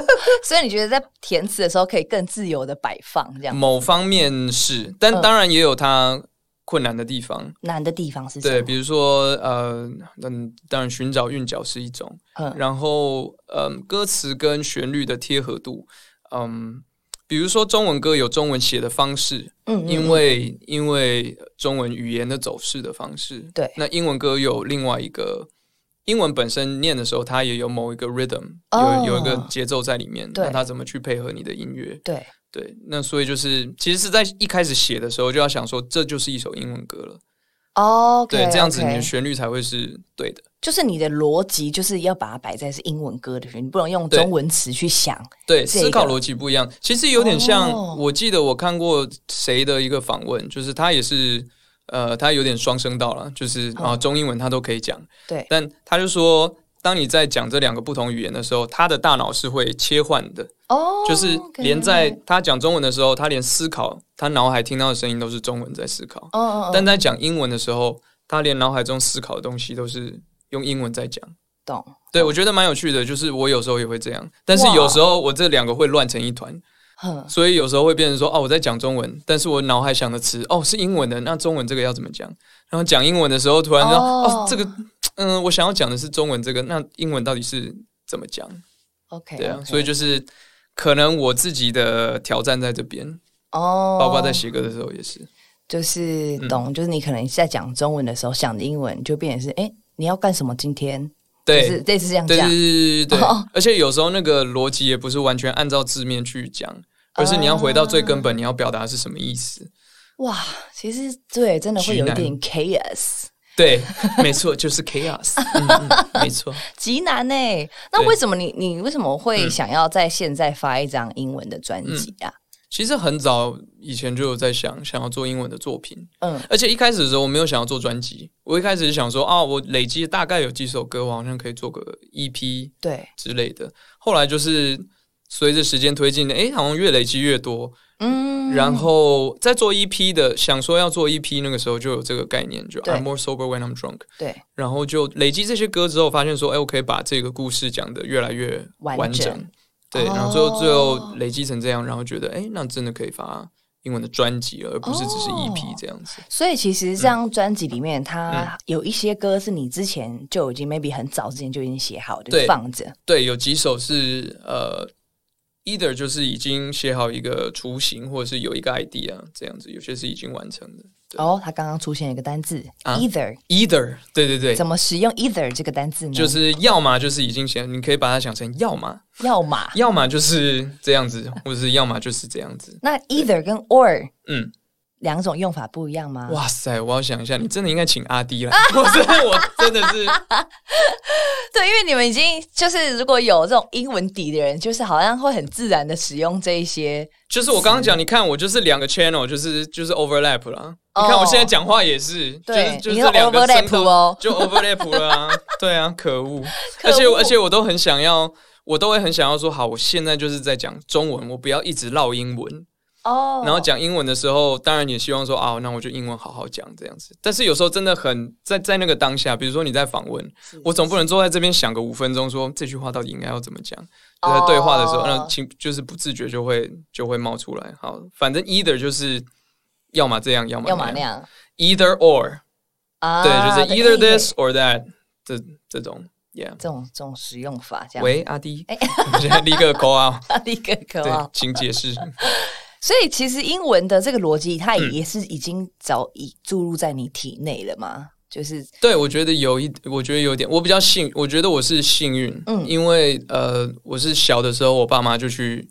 Speaker 1: 所以你觉得在填词的时候可以更自由的摆放这样？
Speaker 2: 某方面是，但
Speaker 1: 嗯
Speaker 2: 当然也有它困难的地方。
Speaker 1: 难的地方是什
Speaker 2: 对，
Speaker 1: 么？
Speaker 2: 比如说呃，嗯，当然寻找韵脚是一种，
Speaker 1: 嗯
Speaker 2: 然后嗯，歌词跟旋律的贴合度，嗯。比如说中文歌有中文写的方式，
Speaker 1: 嗯嗯
Speaker 2: 因为因为中文语言的走势的方式，
Speaker 1: 对
Speaker 2: 那英文歌有另外一个，英文本身念的时候，它也有某一个 rhythm，、
Speaker 1: 哦
Speaker 2: 有有一个节奏在里面，
Speaker 1: 对
Speaker 2: 那它怎么去配合你的音乐？
Speaker 1: 对
Speaker 2: 对，那所以就是其实是在一开始写的时候就要想说，这就是一首英文歌了。
Speaker 1: 哦，OK，
Speaker 2: 对，这样子你
Speaker 1: OK
Speaker 2: 的旋律才会是对的。
Speaker 1: 就是你的逻辑就是要把它摆在是英文歌的旋律，你不能用
Speaker 2: 对
Speaker 1: 中文词去想。
Speaker 2: 对，
Speaker 1: 这个
Speaker 2: 思考逻辑不一样，其实有点像，
Speaker 1: 哦
Speaker 2: 我记得我看过谁的一个访问，就是他也是，呃，他有点双声道了，就是啊、中英文他都可以讲，
Speaker 1: 哦对，
Speaker 2: 但他就说，当你在讲这两个不同语言的时候，他的大脑是会切换的，
Speaker 1: 哦，
Speaker 2: 就是
Speaker 1: ，OK
Speaker 2: 连在他讲中文的时候，他连思考，他脑海听到的声音都是中文在思考，
Speaker 1: 哦哦，哦
Speaker 2: 但在讲英文的时候，他连脑海中思考的东西都是用英文在讲。
Speaker 1: 懂
Speaker 2: 对，我觉得蛮有趣的，就是我有时候也会这样，但是
Speaker 1: 哇
Speaker 2: 有时候我这两个会乱成一团，
Speaker 1: 哼
Speaker 2: 所以有时候会变成说，哦，我在讲中文，但是我脑海想的词，哦，是英文的，那中文这个要怎么讲？然后讲英文的时候，突然说，
Speaker 1: 哦
Speaker 2: 哦这个，嗯、我想要讲的是中文这个，那英文到底是怎么讲？
Speaker 1: ，OK，
Speaker 2: 对啊
Speaker 1: OK
Speaker 2: 所以就是可能我自己的挑战在这边，
Speaker 1: 哦，
Speaker 2: 包括在嗯写歌的时候也是，
Speaker 1: 就是懂，就是你可能在讲中文的时候想的英文，就变成是哎，诶你要干什么？今天
Speaker 2: 对，
Speaker 1: 就是类似这样
Speaker 2: 对
Speaker 1: 讲
Speaker 2: 对，对对对，
Speaker 1: 哦
Speaker 2: 而且有时候那个逻辑也不是完全按照字面去讲，而是你要回到最根
Speaker 1: 哦
Speaker 2: 本，你要表达是什么意思。
Speaker 1: 哇，其实对，真的会有一
Speaker 2: 直
Speaker 1: 点 chaos。
Speaker 2: 对，没错，就是 chaos，嗯嗯没错。
Speaker 1: 极难呢、那
Speaker 2: 对嗯
Speaker 1: 为什么你你为什么会想要在现在发一张英文的专辑啊？
Speaker 2: 其实很早以前就有在想想要做英文的作品，
Speaker 1: 嗯
Speaker 2: 而且一开始的时候我没有想要做专辑，我一开始是想说啊，我累积大概有几首歌，我好像可以做个 EP
Speaker 1: 对，
Speaker 2: 之类的。后来就是随着时间推进，诶，好像越累积越多，
Speaker 1: 嗯，
Speaker 2: 然后在做 EP 的，想说要做 E EP，那个时候就有这个概念，就
Speaker 1: 对
Speaker 2: I'm more sober when I'm drunk。
Speaker 1: 对，
Speaker 2: 然后就累积这些歌之后，发现说，哎，我可以把这个故事讲得越来越
Speaker 1: 完
Speaker 2: 完
Speaker 1: 整
Speaker 2: 对，
Speaker 1: 哦
Speaker 2: 然后最后最后累积成这样，然后觉得，哎，那真的可以发英文的专辑了，而不是只是
Speaker 1: 哦
Speaker 2: EP 这样子。
Speaker 1: 所以其
Speaker 2: 嗯
Speaker 1: 实这张专辑里面，它有一些歌是你之前就已经 maybe 很早之前就已经写好，就
Speaker 2: 对
Speaker 1: 放着。
Speaker 2: 对，有几首是呃，either 就是已经写好一个雏形，或者是有一个 idea 这样子，有些是已经完成的。对
Speaker 1: 哦，它刚刚出现一个单字、
Speaker 2: 啊
Speaker 1: e i t h e r
Speaker 2: either，对对对
Speaker 1: 怎。么使用 either 这个单字呢？
Speaker 2: 就是要么就是已经写，你可以把它想成要么，
Speaker 1: 要么。
Speaker 2: 要么就是这样子，或者是要么就是这样子。
Speaker 1: 那 either 跟 or
Speaker 2: 嗯，
Speaker 1: 两种用法不一样吗？
Speaker 2: 哇塞，我要想一下，你真的应该请阿迪来。 我真的，我真的是，
Speaker 1: 对，因为你们已经就是如果有这种英文底的人，就是好像会很自然的使用这一些
Speaker 2: 就是我刚刚讲，你看我就是两个 channel，就是就是 overlap 了。
Speaker 1: 哦
Speaker 2: 你看我现在讲话也是，就是
Speaker 1: 对
Speaker 2: 就是
Speaker 1: 你都
Speaker 2: 这两个
Speaker 1: overlap
Speaker 2: 声道
Speaker 1: 哦
Speaker 2: 就 overlap 了啊。对啊，可恶！
Speaker 1: 可恶
Speaker 2: 而且而且我都很想要，我都会很想要说，好，我现在就是在讲中文，我不要一直唠英文。
Speaker 1: 哦，
Speaker 2: 然后讲英文的时候，当然也希望说啊，那我就英文好好讲这样子。但是有时候真的很在在那个当下，比如说你在访问，我总不能坐在这边想个五分钟，说这句话到底应该要怎么讲。就在对话的时候，
Speaker 1: 哦
Speaker 2: 那情就是不自觉就会就会冒出来。好，反正 either 就是要么这样，要么
Speaker 1: 要么那样
Speaker 2: either or，、
Speaker 1: 啊，
Speaker 2: 对，就是 either
Speaker 1: 对
Speaker 2: this or that 这这种，yeah。
Speaker 1: 这种这种使用法这样。 哎
Speaker 2: 喂，阿迪，我现在立刻 call out，
Speaker 1: 立刻渴
Speaker 2: 对
Speaker 1: 望，，
Speaker 2: 请解释。
Speaker 1: 所以其实英文的这个逻辑，它
Speaker 2: 嗯
Speaker 1: 也是已经早已注入在你体内了嘛，就是
Speaker 2: 对，我觉得有一，我觉得有点，我比较幸，我觉得我是幸运，
Speaker 1: 嗯
Speaker 2: 因为呃，我是小的时候，我爸妈就去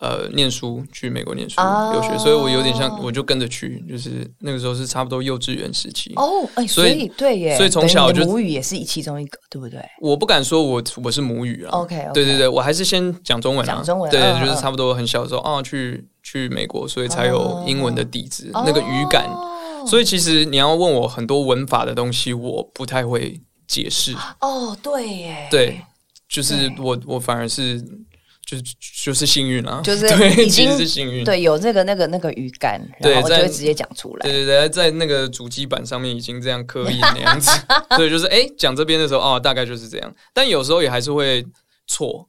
Speaker 2: 呃念书，去美国念书、
Speaker 1: 哦
Speaker 2: 留学，所以我有点像，我就跟着去，就是那个时候是差不多幼稚园时期。
Speaker 1: 哦，哎、所
Speaker 2: 所以
Speaker 1: 以对耶，
Speaker 2: 所以从
Speaker 1: 等于
Speaker 2: 小
Speaker 1: 你的
Speaker 2: 就
Speaker 1: 母语也是其中一个，对不对？
Speaker 2: 我不敢说我我是母语啊
Speaker 1: OK，OK
Speaker 2: 对对对，我还是先讲中文啊，
Speaker 1: 讲中文
Speaker 2: 对，
Speaker 1: 嗯
Speaker 2: 就是
Speaker 1: 嗯
Speaker 2: 差不多很小的时候啊，去去美国，所以才有英文的底子，那个语感。
Speaker 1: 哦
Speaker 2: 所以其实你要问我很多文法的东西，我不太会解释。
Speaker 1: 哦，对耶，，
Speaker 2: 对，就是我我反而是就就是幸运啊，
Speaker 1: 就是
Speaker 2: 对，
Speaker 1: 已
Speaker 2: 其
Speaker 1: 经
Speaker 2: 实是幸运。
Speaker 1: 对有那个那个那个语感，
Speaker 2: 对
Speaker 1: 然后我就
Speaker 2: 在
Speaker 1: 会直接讲出来
Speaker 2: 对。对对，在那个主机板上面已经这样刻印那 样子，所以就是哎，讲这边的时候哦，大概就是这样。但有时候也还是会错，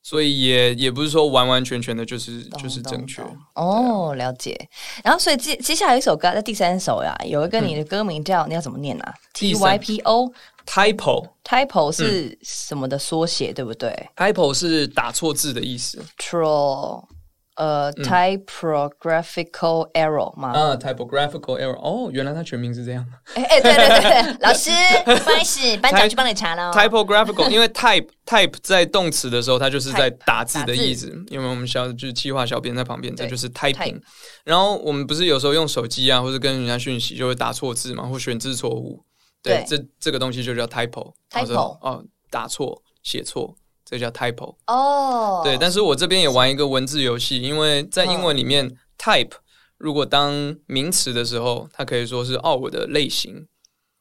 Speaker 2: 所以也也不是说完完全全的，就是
Speaker 1: 懂
Speaker 2: 就是正确。啊
Speaker 1: 懂懂哦，了解。然后，所以接接下来一首歌，在第三首呀，有一个你的歌名叫、你要怎么念啊？T
Speaker 2: 嗯第
Speaker 1: Y
Speaker 2: 三嗯
Speaker 1: P O
Speaker 2: Typo
Speaker 1: typo 是什么的缩写，对不对
Speaker 2: typo 是打错字的意思，
Speaker 1: ？Tro 呃、typographical error 吗？
Speaker 2: 嗯啊，typographical error。哦，原来它全名是这样。
Speaker 1: 哎、哎对对对，
Speaker 3: 老师，不好意思，班长去帮你查了哦。
Speaker 2: typographical，因为 type type 在动词的时候，它就是在
Speaker 1: Type，
Speaker 2: 打字的
Speaker 1: 打字
Speaker 2: 意思。因为我们小就是计划小编在旁边，这
Speaker 1: 对
Speaker 2: 就是 typing
Speaker 1: type。
Speaker 2: 然后我们不是有时候用手机啊，或者跟人家讯息就会打错字嘛，或选字错误。对，这这个东西就叫 typo。
Speaker 1: Typo
Speaker 2: 哦，哦打错、写错，这叫 typo。
Speaker 1: 哦，
Speaker 2: 对，但是我这边也玩一个文字游戏，因为在英文里面、type
Speaker 1: 嗯
Speaker 2: 如果当名词的时候，它可以说是哦我的类型。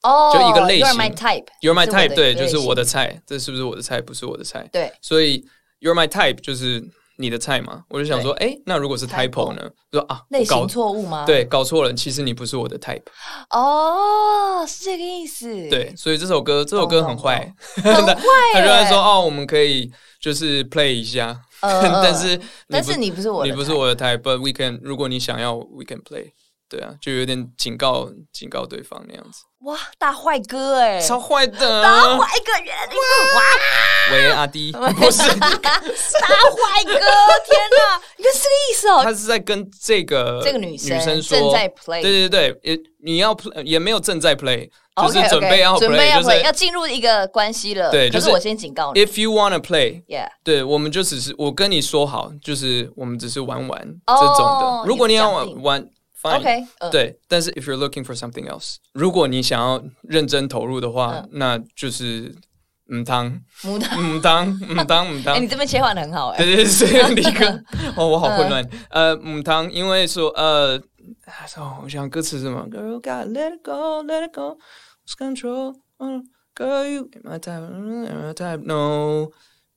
Speaker 1: 哦，
Speaker 2: 就一个类型
Speaker 1: You're my type。
Speaker 2: You're my
Speaker 1: 是我的
Speaker 2: type，对，
Speaker 1: 类型
Speaker 2: 就是我的菜，这是不是我的菜？不是我的菜。
Speaker 1: 对，
Speaker 2: 所以 You're my type 就是你的菜嘛。我就想说，哎、那如果是
Speaker 1: typo
Speaker 2: typo 呢？就说啊，
Speaker 1: 类
Speaker 2: 我搞
Speaker 1: 型错误吗？，
Speaker 2: 对，搞错了，其实你不是我的 type。
Speaker 1: 哦，是这个意思。
Speaker 2: 对，所以这首歌这首歌很坏，
Speaker 1: 很坏
Speaker 2: 他就在
Speaker 1: 耶
Speaker 2: 说哦，我们可以就是 play 一下，
Speaker 1: 嗯，嗯
Speaker 2: 但是你
Speaker 1: 但是你不是我的
Speaker 2: 你不是
Speaker 1: type
Speaker 2: 我的 type，but we can 如果你想要 we can play。对啊，就有点警告警告对方那样子，
Speaker 1: 哇，大坏哥哎，
Speaker 2: 超坏的、啊。
Speaker 3: 坏个人，哇，
Speaker 2: 喂，阿迪，不是，
Speaker 1: 大坏哥，天哪，原来是这个意思哦。
Speaker 2: 他是在跟这个
Speaker 1: 这个女生
Speaker 2: 女生说
Speaker 1: 正在 play
Speaker 2: 对对对，也你要 play 也没有正在 play，就
Speaker 1: OK，OK，
Speaker 2: 是准备要 play，
Speaker 1: 准备要
Speaker 2: 就是
Speaker 1: play，要进入一个关系了。
Speaker 2: 对
Speaker 1: 可
Speaker 2: 就是
Speaker 1: 我先警告你
Speaker 2: if you wanna play。
Speaker 1: ，Yeah，
Speaker 2: 对，我们就只是我跟你说好，就是我们只是玩玩
Speaker 1: 哦
Speaker 2: 这种的。如果你要
Speaker 1: 有讲定
Speaker 2: 玩玩，fine。
Speaker 1: OK，嗯
Speaker 2: 对，但是 if you're looking for something else，如果你想要认真投入的话，那就是嗯当
Speaker 1: 嗯母汤。
Speaker 2: 嗯当嗯当嗯
Speaker 1: 哎、
Speaker 2: 当
Speaker 1: 你。这边切换的很好哎、
Speaker 2: 对对，所以立刻 哦，我好混乱。呃，母汤，因为说呃，哦，我想歌词是什么？Girl got let it go, let it go, lose control. 嗯，Girl you ain't my type, mm, ain't my type. No,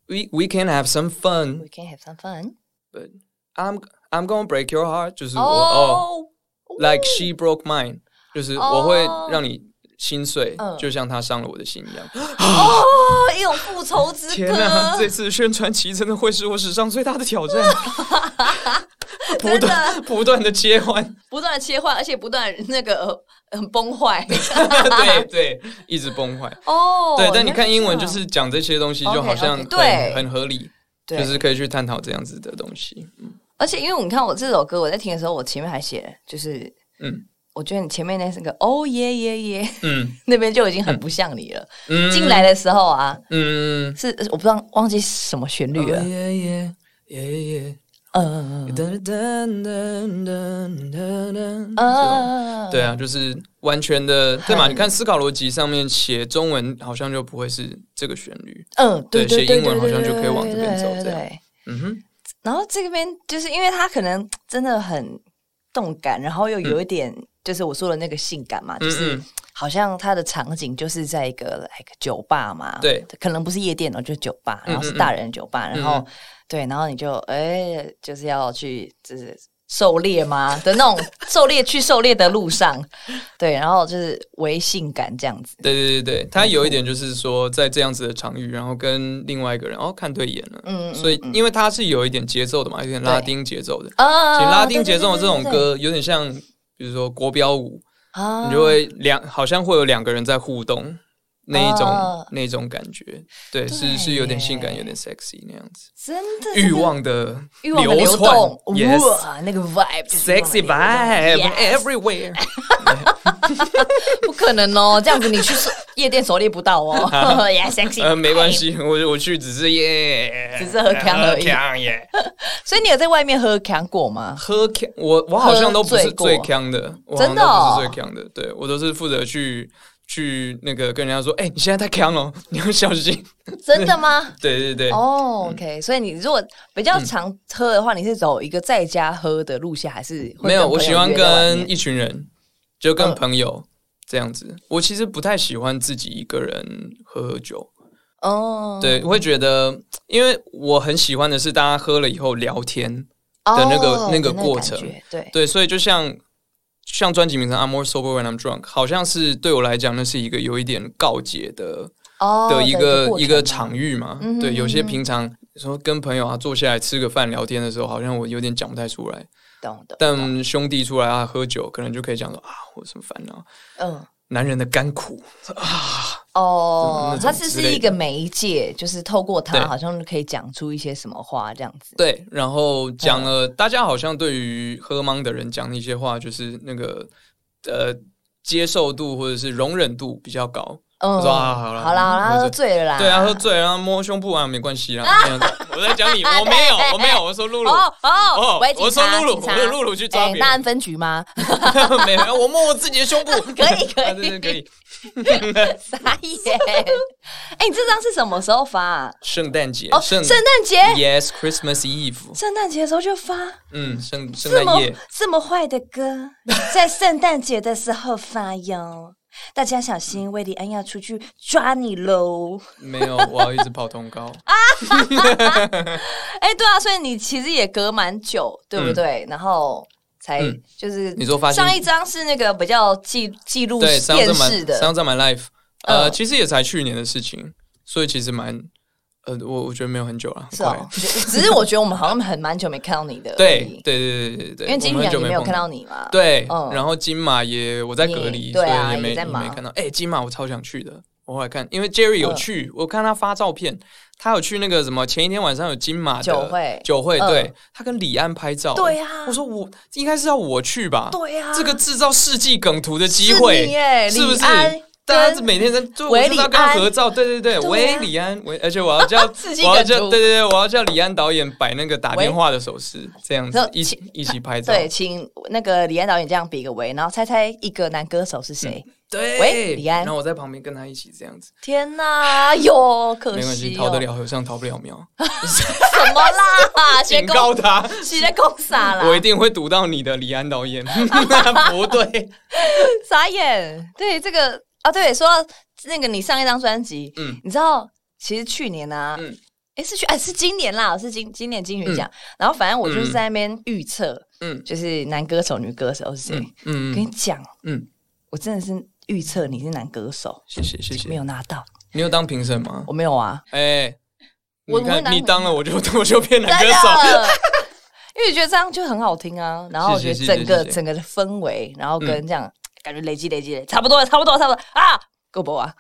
Speaker 2: we we can have some
Speaker 1: We
Speaker 2: fun,
Speaker 1: can have some fun.
Speaker 2: but I'm I'm gonna break your heart. 就是我哦
Speaker 1: 哦，
Speaker 2: ，like she broke mine，就是我会让你心碎
Speaker 1: 嗯，
Speaker 2: 就像她伤了我的心一样。
Speaker 1: 哦， 一种复仇之
Speaker 2: 天哪，
Speaker 1: 歌。
Speaker 2: 这次宣传期真的会是我史上最大的 挑战。不
Speaker 1: 真的
Speaker 2: 断不断的切 换，
Speaker 1: 不断的切换，而且不断地那个呃崩坏。
Speaker 2: 对对，一直崩坏。
Speaker 1: 哦，
Speaker 2: 对，但你看英文
Speaker 1: 原来
Speaker 2: 就是是讲这些东西，就好
Speaker 1: OK，OK，
Speaker 2: 像
Speaker 1: 对
Speaker 2: 很很合理，
Speaker 1: 这
Speaker 2: 就
Speaker 1: 样对，
Speaker 2: 是可以去探讨这样子的东西。
Speaker 1: 而且因为你看我这首歌，我在听的时候，我前面还写就是，
Speaker 2: 嗯
Speaker 1: 我觉得你前面那是个哦耶耶耶，
Speaker 2: 嗯
Speaker 1: 那边就已经很不像你了。
Speaker 2: 嗯，
Speaker 1: 进来的时候啊，
Speaker 2: 嗯，哦
Speaker 1: 是我不知道忘记什么旋律了，
Speaker 2: 耶耶耶耶，
Speaker 1: 嗯嗯
Speaker 2: 噔噔噔噔噔
Speaker 1: 嗯
Speaker 2: 噔。
Speaker 1: 嗯，
Speaker 2: 对啊，就是完全的，对嘛？你看思考逻辑上面写中文好像就不会是这个旋律，
Speaker 1: 嗯，对
Speaker 2: 对
Speaker 1: 对
Speaker 2: 写
Speaker 1: 对
Speaker 2: 英
Speaker 1: 对
Speaker 2: 文好像
Speaker 1: 对
Speaker 2: 就
Speaker 1: 对
Speaker 2: 可以往
Speaker 1: 对
Speaker 2: 这边
Speaker 1: 对
Speaker 2: 走
Speaker 1: 对
Speaker 2: 这样
Speaker 1: 对
Speaker 2: 嗯哼，
Speaker 1: 然后这边就是因为他可能真的很动感，然后又有一点就是我说的那个性感嘛，就是
Speaker 2: 嗯嗯嗯
Speaker 1: 好像它的场景就是在一个 like 酒吧嘛，
Speaker 2: 对，嗯
Speaker 1: 可能不是夜店哦，就是酒吧，然后是大人酒吧，然后对，然后你就哎、就是要去就是狩猎吗的那种狩猎去狩猎的路上，对，然后就是为性感这样子，
Speaker 2: 对对对对，他有一点就是说，在这样子的场域，然后跟另外一个人哦看对眼了，
Speaker 1: 嗯嗯
Speaker 2: 所以因为他是有一点节奏的嘛，有点拉
Speaker 1: 对
Speaker 2: 丁节奏的，
Speaker 1: 啊
Speaker 2: 其实拉丁节奏的这
Speaker 1: 对
Speaker 2: 种
Speaker 1: 对对对对
Speaker 2: 歌有点像，比如说国标舞，
Speaker 1: 啊
Speaker 2: 你就会两好像会有两个人在互动。那一种、
Speaker 1: 啊
Speaker 2: 那一种感觉，对，
Speaker 1: 对
Speaker 2: 是是有点性感，
Speaker 1: 耶
Speaker 2: 有点 sexy 那样子，
Speaker 1: 真的
Speaker 2: 欲望的
Speaker 1: 欲望的流
Speaker 2: 窜
Speaker 1: 动，
Speaker 2: ，yes，
Speaker 1: 哇，那个 vibe 就是欲
Speaker 2: sexy
Speaker 1: 望的流
Speaker 2: vibe
Speaker 1: 动 Yes
Speaker 2: everywhere
Speaker 1: 不可能 哦，这样子你去狩夜店狩猎不到哦。
Speaker 3: 哎呀，相信
Speaker 2: 呃，没关系，我我去只是耶，
Speaker 1: 只是喝康而已
Speaker 2: 喝康耶，
Speaker 1: 所以你有在外面喝强过吗？
Speaker 2: 喝康，我我好像都不
Speaker 1: 喝
Speaker 2: 是
Speaker 1: 醉过
Speaker 2: 最康的，我好像
Speaker 1: 真的哦
Speaker 2: 都不是最康的，对我都是负责去去那个跟人家说，哎，你现在太康了， 你要小心。
Speaker 1: 真的吗？
Speaker 2: 对对嗯对，
Speaker 1: 哦、o k 所以你如果比较常喝的话，你是走一个在家喝的路线，还是会
Speaker 2: 没有，
Speaker 1: 跟
Speaker 2: 我
Speaker 1: 朋友
Speaker 2: 喜欢
Speaker 1: 约在外面
Speaker 2: 跟一群人，就跟
Speaker 1: 嗯
Speaker 2: 朋友这样子。我其实不太喜欢自己一个人喝酒，
Speaker 1: 哦
Speaker 2: 对，我会觉得，因为我很喜欢的是大家喝了以后聊天。
Speaker 1: 哦
Speaker 2: 的那
Speaker 1: 的
Speaker 2: 个那个
Speaker 1: 哦个
Speaker 2: 过
Speaker 1: 感
Speaker 2: 程
Speaker 1: 觉对
Speaker 2: 对，所以就像像专辑名称《I'm More Sober When I'm Drunk》，好像是对我来讲，那是一个有一点告解的、
Speaker 1: 哦
Speaker 2: 的一个一个场
Speaker 1: 域，
Speaker 2: 域嘛。
Speaker 1: 嗯哼
Speaker 2: 对，有些
Speaker 1: 嗯哼
Speaker 2: 平常说跟朋友啊坐下来吃个饭聊天的时候，好像我有点讲不太出来，
Speaker 1: 懂的，懂
Speaker 2: 但兄弟出来啊喝酒，可能就可以讲说啊，我有什么烦恼，
Speaker 1: 嗯。
Speaker 2: 男人的甘苦，
Speaker 1: 哦
Speaker 2: 那，种
Speaker 1: 它是
Speaker 2: 嗯之
Speaker 1: 是
Speaker 2: 类
Speaker 1: 一个
Speaker 2: 的
Speaker 1: 媒介，就是透过它，
Speaker 2: 对
Speaker 1: 好像可以讲出一些什么话这样子。
Speaker 2: 对，然后讲
Speaker 1: 哦
Speaker 2: 了，大家好像对于喝芒的人讲的一些话，就是那个呃接受度或者是容忍度比较高。
Speaker 1: 嗯，
Speaker 2: 我说啊好啦
Speaker 1: 好啦，他
Speaker 2: 喝醉
Speaker 1: 喝醉了啦，哦
Speaker 2: 对啊，喝醉然后摸胸部啊，没关系啊。这样子我在讲你，我没有，我没有，我说露 露，
Speaker 1: 哦哦
Speaker 2: 哦，
Speaker 1: 喂，警
Speaker 2: 我说
Speaker 1: 察，
Speaker 2: 露露
Speaker 1: 警察
Speaker 2: 我说露露去抓
Speaker 1: 哎
Speaker 2: 别人
Speaker 1: 大安分局吗？
Speaker 2: 没有，我摸我自己的胸部，可
Speaker 1: 以 可以
Speaker 2: 对对可以。
Speaker 1: 傻眼！哎，你这张是什么时候发啊？
Speaker 2: 圣诞节
Speaker 1: 哦，，圣
Speaker 2: 圣
Speaker 1: 诞节，
Speaker 2: Yes Christmas Eve，
Speaker 1: 圣诞节的时候就发
Speaker 2: 嗯，圣圣
Speaker 1: 这
Speaker 2: 诞
Speaker 1: 么
Speaker 2: 夜，
Speaker 1: 这么坏的歌，在圣诞节的时候发哟。大家小心，威利安要出去抓你喽！
Speaker 2: 没有，我要一直跑通告。
Speaker 1: 啊哎，对啊，所以你其实也隔蛮久，对不对？嗯然后才
Speaker 2: 嗯
Speaker 1: 就是
Speaker 2: 你说发现
Speaker 1: 上一张是那个比较记记录
Speaker 2: 对
Speaker 1: 电视
Speaker 2: ，Sounds
Speaker 1: 的
Speaker 2: My Sounds My Life，呃，
Speaker 1: 嗯
Speaker 2: 其实也才去年的事情，所以其实蛮，呃，我我觉得没有很久了，
Speaker 1: 是
Speaker 2: 很
Speaker 1: 哦
Speaker 2: 快，
Speaker 1: 只是我觉得我们好像很蛮久没看到你的而已，
Speaker 2: 对对对对对对，
Speaker 1: 因为
Speaker 2: 我
Speaker 1: 今
Speaker 2: 们很
Speaker 1: 年
Speaker 2: 久
Speaker 1: 也没有
Speaker 2: 碰
Speaker 1: 看到你嘛。，
Speaker 2: 对，
Speaker 1: 嗯
Speaker 2: 然后金马也我在隔
Speaker 1: 你
Speaker 2: 离，
Speaker 1: 对
Speaker 2: 所以
Speaker 1: 啊
Speaker 2: 也没
Speaker 1: 也在忙嗯
Speaker 2: 没看到。哎、金马我超想去的，我后来看，因为 Jerry 有去，我看他发照片，他有去那个什么，前一天晚上有金马的
Speaker 1: 酒会
Speaker 2: 酒会，
Speaker 1: 嗯
Speaker 2: 对他跟李安拍照，
Speaker 1: 对啊
Speaker 2: 我说我应该是要我去吧，
Speaker 1: 对啊
Speaker 2: 这个制造世纪梗图的机
Speaker 1: 是
Speaker 2: 会
Speaker 1: 你耶，
Speaker 2: 是不
Speaker 1: 李
Speaker 2: 是
Speaker 1: 安？
Speaker 2: 大家
Speaker 1: 跟
Speaker 2: 每天在就我
Speaker 1: 韦
Speaker 2: 就是要
Speaker 1: 礼
Speaker 2: 跟他
Speaker 1: 安
Speaker 2: 合照，对对对，
Speaker 1: 啊
Speaker 2: 喂李安，喂，而且我要叫
Speaker 1: 世纪
Speaker 2: 我要
Speaker 1: 梗
Speaker 2: 叫
Speaker 1: 图
Speaker 2: 对对对，我要叫李安导演摆那个打
Speaker 1: 喂
Speaker 2: 电话的手势，这样
Speaker 1: 然后
Speaker 2: 子一起一起拍照，
Speaker 1: 对，请那个李安导演这样比个围，然后猜猜一个男歌手是谁？
Speaker 2: 嗯对，
Speaker 1: 喂李安
Speaker 2: 然后我在旁边跟他一起这样子，
Speaker 1: 天哪，哟，可
Speaker 2: 没关系，
Speaker 1: 惜、哦，
Speaker 2: 逃得了和尚逃不了 庙，
Speaker 1: 什么 啦？学
Speaker 2: 警告
Speaker 1: 公，
Speaker 2: 他，
Speaker 1: 学在公傻啦，
Speaker 2: 我一定会堵到你的，李安导演， 不对，
Speaker 1: 傻眼。对这个啊，对，说到那个你上一张专辑，
Speaker 2: 嗯
Speaker 1: 你知道其实去年啊，
Speaker 2: 嗯
Speaker 1: 诶是去哎是今年啦，是今今年金曲奖，然后反正我就是在那边预测，
Speaker 2: 嗯
Speaker 1: 就是男歌手、女歌手是谁。
Speaker 2: 嗯嗯
Speaker 1: 跟
Speaker 2: 嗯
Speaker 1: 你讲，
Speaker 2: 嗯，
Speaker 1: 我真的是预测你是男歌手，
Speaker 2: 谢谢谢
Speaker 1: 没
Speaker 2: 谢，
Speaker 1: 有拿到，
Speaker 2: 你有当评审吗？
Speaker 1: 我没有啊，
Speaker 2: 哎，
Speaker 1: 我
Speaker 2: 你
Speaker 1: 我会拿
Speaker 2: 看你当了，我就 我就变 男歌
Speaker 1: 真
Speaker 2: 手，
Speaker 1: 的。因为觉得这样就很好听啊，然后我觉
Speaker 2: 是
Speaker 1: 得
Speaker 2: 是
Speaker 1: 整
Speaker 2: 是
Speaker 1: 个
Speaker 2: 是是
Speaker 1: 整个的氛围，然后跟这样、哎感觉累积累积，累积差不多了，差不多了，差不多了啊，够不够啊？